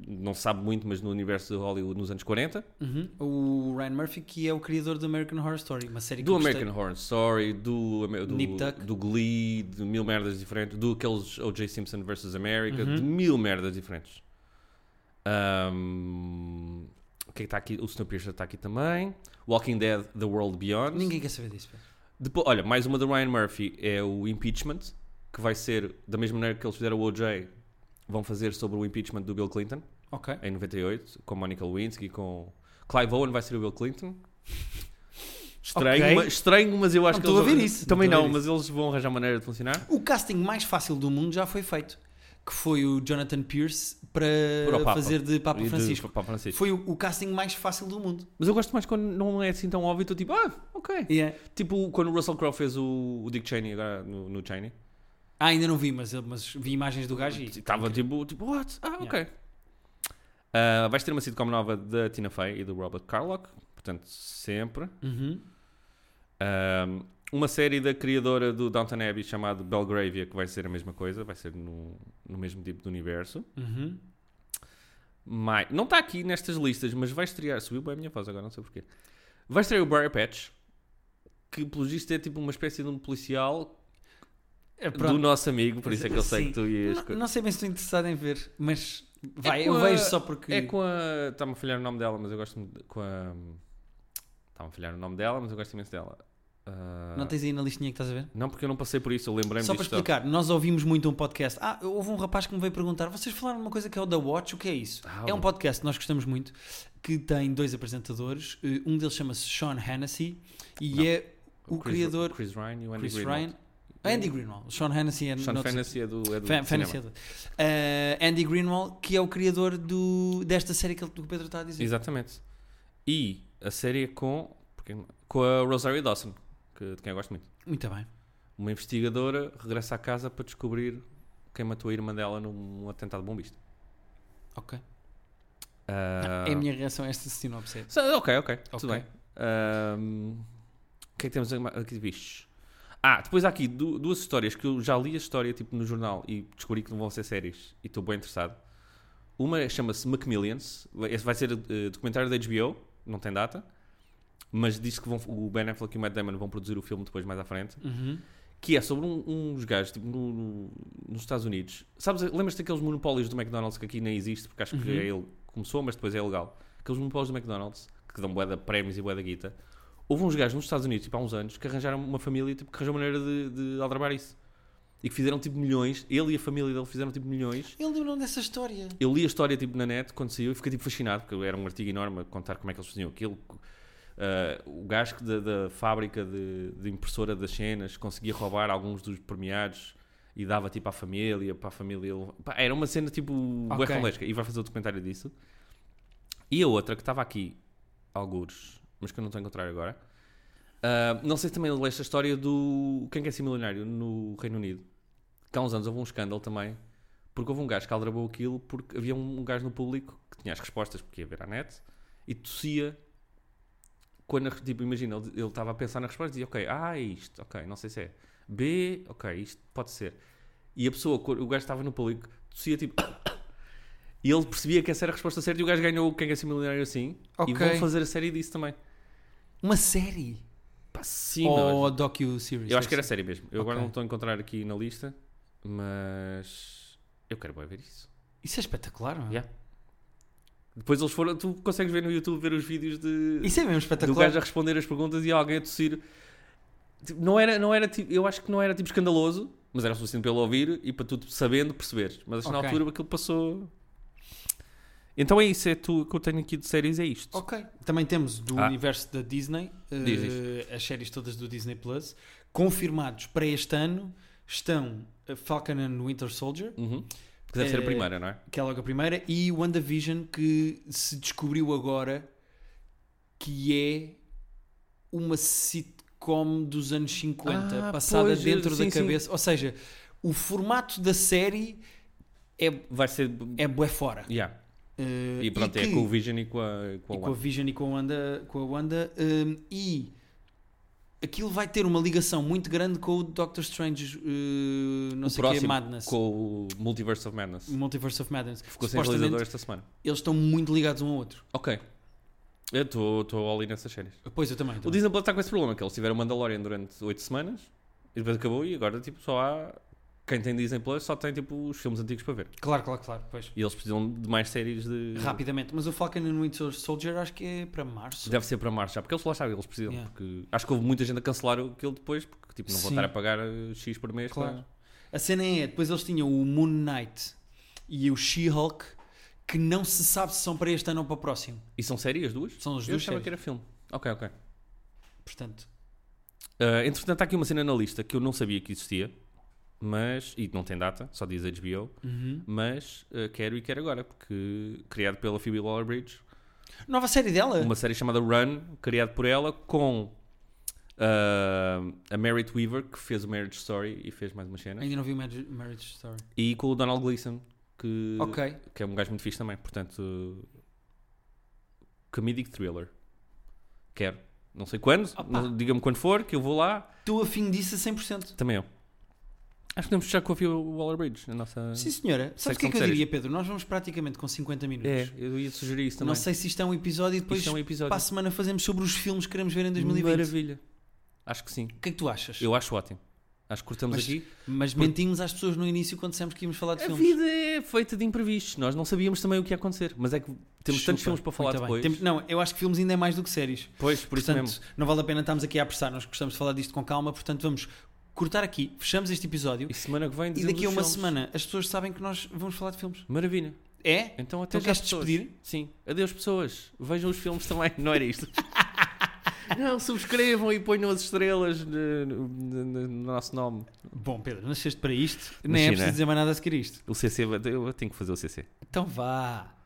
Não se sabe muito, mas no universo de Hollywood nos anos 40.
Uhum. O Ryan Murphy, que é o criador do American Horror Story, uma série que
Do
eu gostei.
American Horror Story, do, Amer- do,
Nip Tuck.
do Glee, de mil merdas diferentes, do aqueles O.J. Simpson vs. America, de
Uhum.
mil merdas diferentes. Ahm, o que é que está aqui? O Snowpiercer está aqui também. Walking Dead, The World Beyond.
Ninguém quer saber disso. pá.
Depois, olha, mais uma do Ryan Murphy é o Impeachment, que vai ser, da mesma maneira que eles fizeram o O.J., vão fazer sobre o impeachment do Bill Clinton
Ok.
em 98, com Monica Lewinsky, com... Clive Owen vai ser o Bill Clinton. Estranho,
Ok.
ma- estranho, mas eu acho
Não
que
estou
eles
a ver
vão-
isso, não
Também
estou a
não,
ver
mas eles vão arranjar maneira de funcionar.
O casting mais fácil do mundo já foi feito, que foi o Jonathan Pierce
Para o
para
Papa.
fazer de Papa
E de-
Francisco.
Papa Francisco.
Foi o, o casting mais fácil do mundo.
Mas eu gosto mais quando não é assim tão óbvio, estou tipo, ah, ok.
Yeah.
Tipo quando o Russell Crowe fez o, o Dick Cheney agora no, no Cheney.
Ah, ainda não vi, mas, mas vi imagens do gajo e...
Estava tipo, tipo, what? Ah, ok.
Yeah.
Ah, vais ter uma sitcom nova da Tina Fey e do Robert Carlock, portanto, sempre.
Uhum.
Ahm, uma série da criadora do Downton Abbey chamada Belgravia, que vai ser a mesma coisa, vai ser no, no mesmo tipo de universo.
Uhum.
Mai- Não está aqui nestas listas, mas vai estrear. Subiu bem a minha voz agora, não sei porquê. Vai estrear o Briar Patch, que pelo visto é tipo uma espécie de um policial
É,
do
pronto.
nosso amigo, por isso é que eu sei
Sim.
que tu ias.
Não, não sei bem se estou interessado em ver, mas vai,
com
eu
a-
vejo só porque...
É com a. Está-me a falhar o nome dela, mas eu gosto muito. de- Com a. Está-me a falhar o nome dela, mas eu gosto imenso dela. Ah,
Não tens aí na listinha que estás a ver?
não, porque eu não passei por isso, eu lembrei-me
Só para
disto.
explicar, nós ouvimos muito um podcast. Ah, houve um rapaz que me veio perguntar: vocês falaram de uma coisa que é o The Watch? O que é isso?
Ah,
é um
o-
podcast que nós gostamos muito, que tem dois apresentadores. Eh, Um deles chama-se Sean Hannity e
Não.
é o
Chris-
criador
Chris Ryan e o Andy
Chris
Greenwald.
Ryan. Andy Greenwald. Sean Hannity é
Sean
noutro-
Fantasy é do. É do
Fan-
cinema.
Fantasy é outro. Eh, Andy Greenwald, que é o criador do, desta série que ele- que o Pedro está a dizer.
Exatamente. E a série é com. porque- Com a Rosario Dawson, que, de quem eu gosto muito.
Muito bem.
Uma investigadora regressa à casa para descobrir quem matou a irmã dela num atentado bombista.
Ok.
Ah,
É a minha reação a esta sinopse.
So, ok, ok, tudo
Ok.
bem. Ahm, o que é que temos aqui? Vixe. Ah, depois há aqui du- duas histórias que eu já li a história tipo, no jornal e descobri que não vão ser séries e estou bem interessado. Uma chama-se Macmillions, esse vai ser eh, documentário da HBO, não tem data, mas diz que vão, o Ben Affleck e o Matt Damon vão produzir o filme depois mais à frente,
Uhum.
que é sobre um- uns gajos tipo, no- no- nos Estados Unidos. Sabes, lembras-te daqueles monopólios do McDonald's que aqui nem existe, porque acho que
Uhum.
é ele que começou, mas depois é ilegal. Aqueles monopólios do McDonald's que dão boeda prémios e boeda guita. Houve uns gajos nos Estados Unidos, tipo, há uns anos, que arranjaram uma família tipo, que arranjou maneira de, de aldrabar isso. E que fizeram tipo milhões, ele e a família dele fizeram tipo milhões.
Ele lembram dessa história.
Eu li a história tipo, na net quando saiu e fiquei tipo, fascinado, porque era um artigo enorme a contar como é que eles faziam aquilo. Ah, o gajo que da, da fábrica de, de impressora das cenas conseguia roubar alguns dos premiados e dava tipo à família, para a família. Pá, era uma cena tipo
Ok.
okay. e vai fazer o documentário disso. E a outra que estava aqui, algures, mas que eu não estou a encontrar agora. Ah, não sei se também leste a história do Quem Quer Ser Milionário no Reino Unido. Que há uns anos houve um escândalo também, porque houve um gajo que aldrabou aquilo porque havia um gajo no público que tinha as respostas, porque ia ver à net, e tossia quando, a- tipo, imagina, ele ele estava a pensar na resposta e dizia, ok, ah, é isto, ok, não sei se é. B, ok, isto pode ser. E a pessoa, quando o gajo estava no público, tossia tipo... e ele percebia que essa era a resposta certa e o gajo ganhou o Quem Quer Ser Milionário assim.
Ok.
E vão fazer a série disso também.
Uma série?
Pá, sim,
Ou
nós-
docu-series?
eu acho
deve
que era
ser.
série mesmo. Eu agora
Oh, é Ok.
não estou a encontrar aqui na lista, Mas eu quero bem ver isso.
Isso é espetacular, mano.
Yeah. Depois eles foram. Tu consegues ver no YouTube ver os vídeos de
Isso é mesmo
do
espetacular.
gajo a responder as perguntas e alguém a tossir. Tipo, não era, não era tipo, eu acho que não era tipo escandaloso, mas era suficiente para ele ouvir e para tu tipo, sabendo perceberes. Mas acho que na
Ok.
altura aquilo passou. Então é isso, é tu que eu tenho aqui de séries, é isto.
Ok. Também temos do
Ah.
universo da Disney, eh,
Diz
as séries todas do Disney Plus, confirmados para este ano estão eh, Falcon and Winter Soldier,
Uhum. Que deve ser a
Eh,
primeira, não é?
que é logo a primeira, e WandaVision, que se descobriu agora que é uma sitcom dos anos 50,
Ah,
passada
pois,
dentro
sim,
da
sim.
cabeça. Ou seja, o formato da série é,
Vai ser.
é bué fora.
Yeah.
Eh,
E pronto, é
que-
com o Vision e com a, e com a
e com a
Wanda.
Vision e com a Wanda, com a Wanda hum, e aquilo vai ter uma ligação muito grande com o Doctor Strange eh, não
O
sei o que,
próximo,
Madness
com o Multiverse of Madness.
Multiverse of Madness
Ficou sem
Supostamente,
realizador esta semana.
eles estão muito ligados um ao outro
Ok. Eu estou all in nessas séries.
pois eu também,
O
também.
Disney Plus está com esse problema, que eles tiveram Mandalorian durante 8 semanas, e depois acabou, e agora tipo, só há... Quem tem Disney Plus só tem tipo os filmes antigos para ver.
claro, claro, claro pois.
E eles precisam de mais séries de...
rapidamente, mas o Falcon and Winter Soldier acho que é para março
Deve ser para março já, porque eles lá sabem, eles precisam.
Yeah.
Porque acho que houve muita gente a cancelar aquilo depois, porque tipo, não vão
Sim.
estar a pagar eh, X por mês.
Claro.
para-
a cena é, depois eles tinham o Moon Knight e o She-Hulk que não se sabe se são para este ano ou para o próximo
E são séries as duas?
são as
Eu
duas
achava
séries
que era filme. Ok, ok.
portanto
Eh, entretanto, há aqui uma cena na lista que eu não sabia que existia, mas... E não tem data, só diz HBO.
uhum.
Mas eh, quero e quero agora, porque criado pela Phoebe Waller-Bridge,
nova série dela?
uma série chamada Run, criada por ela, com ah, a Merritt Weaver, que fez o Marriage Story e fez mais uma cena,
Ainda não vi o Marriage, Marriage Story.
e com o Donald Gleason, que,
Ok.
que é um gajo muito fixe também, portanto, comedic thriller. Quero. Não sei quando,
Opa.
não- diga-me quando for, que eu vou lá.
Estou afim disso a 100%.
Também eu. Acho que podemos fechar com a Phoebe Waller-Bridge, a nossa...
Sim, senhora.
Ah. Sei
Sabes
que
o
são
que é que eu
sérias.
diria, Pedro? Nós vamos praticamente com 50 minutos.
É, eu ia sugerir isso também.
não sei se isto é um episódio e depois
Isto é um episódio.
para a semana fazemos sobre os filmes que queremos ver em 2020.
Maravilha. Acho que sim.
O que é que tu achas?
Eu acho ótimo. Acho que cortamos
Mas-
aqui.
Mas mentimos às pessoas no início quando dissemos que íamos falar de
A
filmes.
vida é feita de imprevistos. Nós não sabíamos também o que ia acontecer. Mas é que temos
Chupa.
tantos filmes para falar
Muito bem.
depois.
Temos- não, eu acho que filmes ainda é mais do que séries.
Pois, por isso
portanto,
mesmo.
não vale a pena estarmos aqui a apressar. Nós gostamos de falar disto com calma, portanto vamos cortar aqui, fechamos este episódio
E semana que vem
e
dizemos
daqui a
os
uma
filmes.
semana as pessoas sabem que nós vamos falar de filmes.
Maravilha.
É?
Então até
Então
já,
queres
pessoas.
despedir?
Sim. Adeus, pessoas. Vejam os filmes também. Não era isto. não, subscrevam e ponham as estrelas no, no- no- no nosso nome.
Bom, Pedro, nasceste para isto, nem é
Nasci,
preciso
né?
dizer mais nada a seguir isto.
O CC, vai- eu tenho que fazer o CC.
Então vá.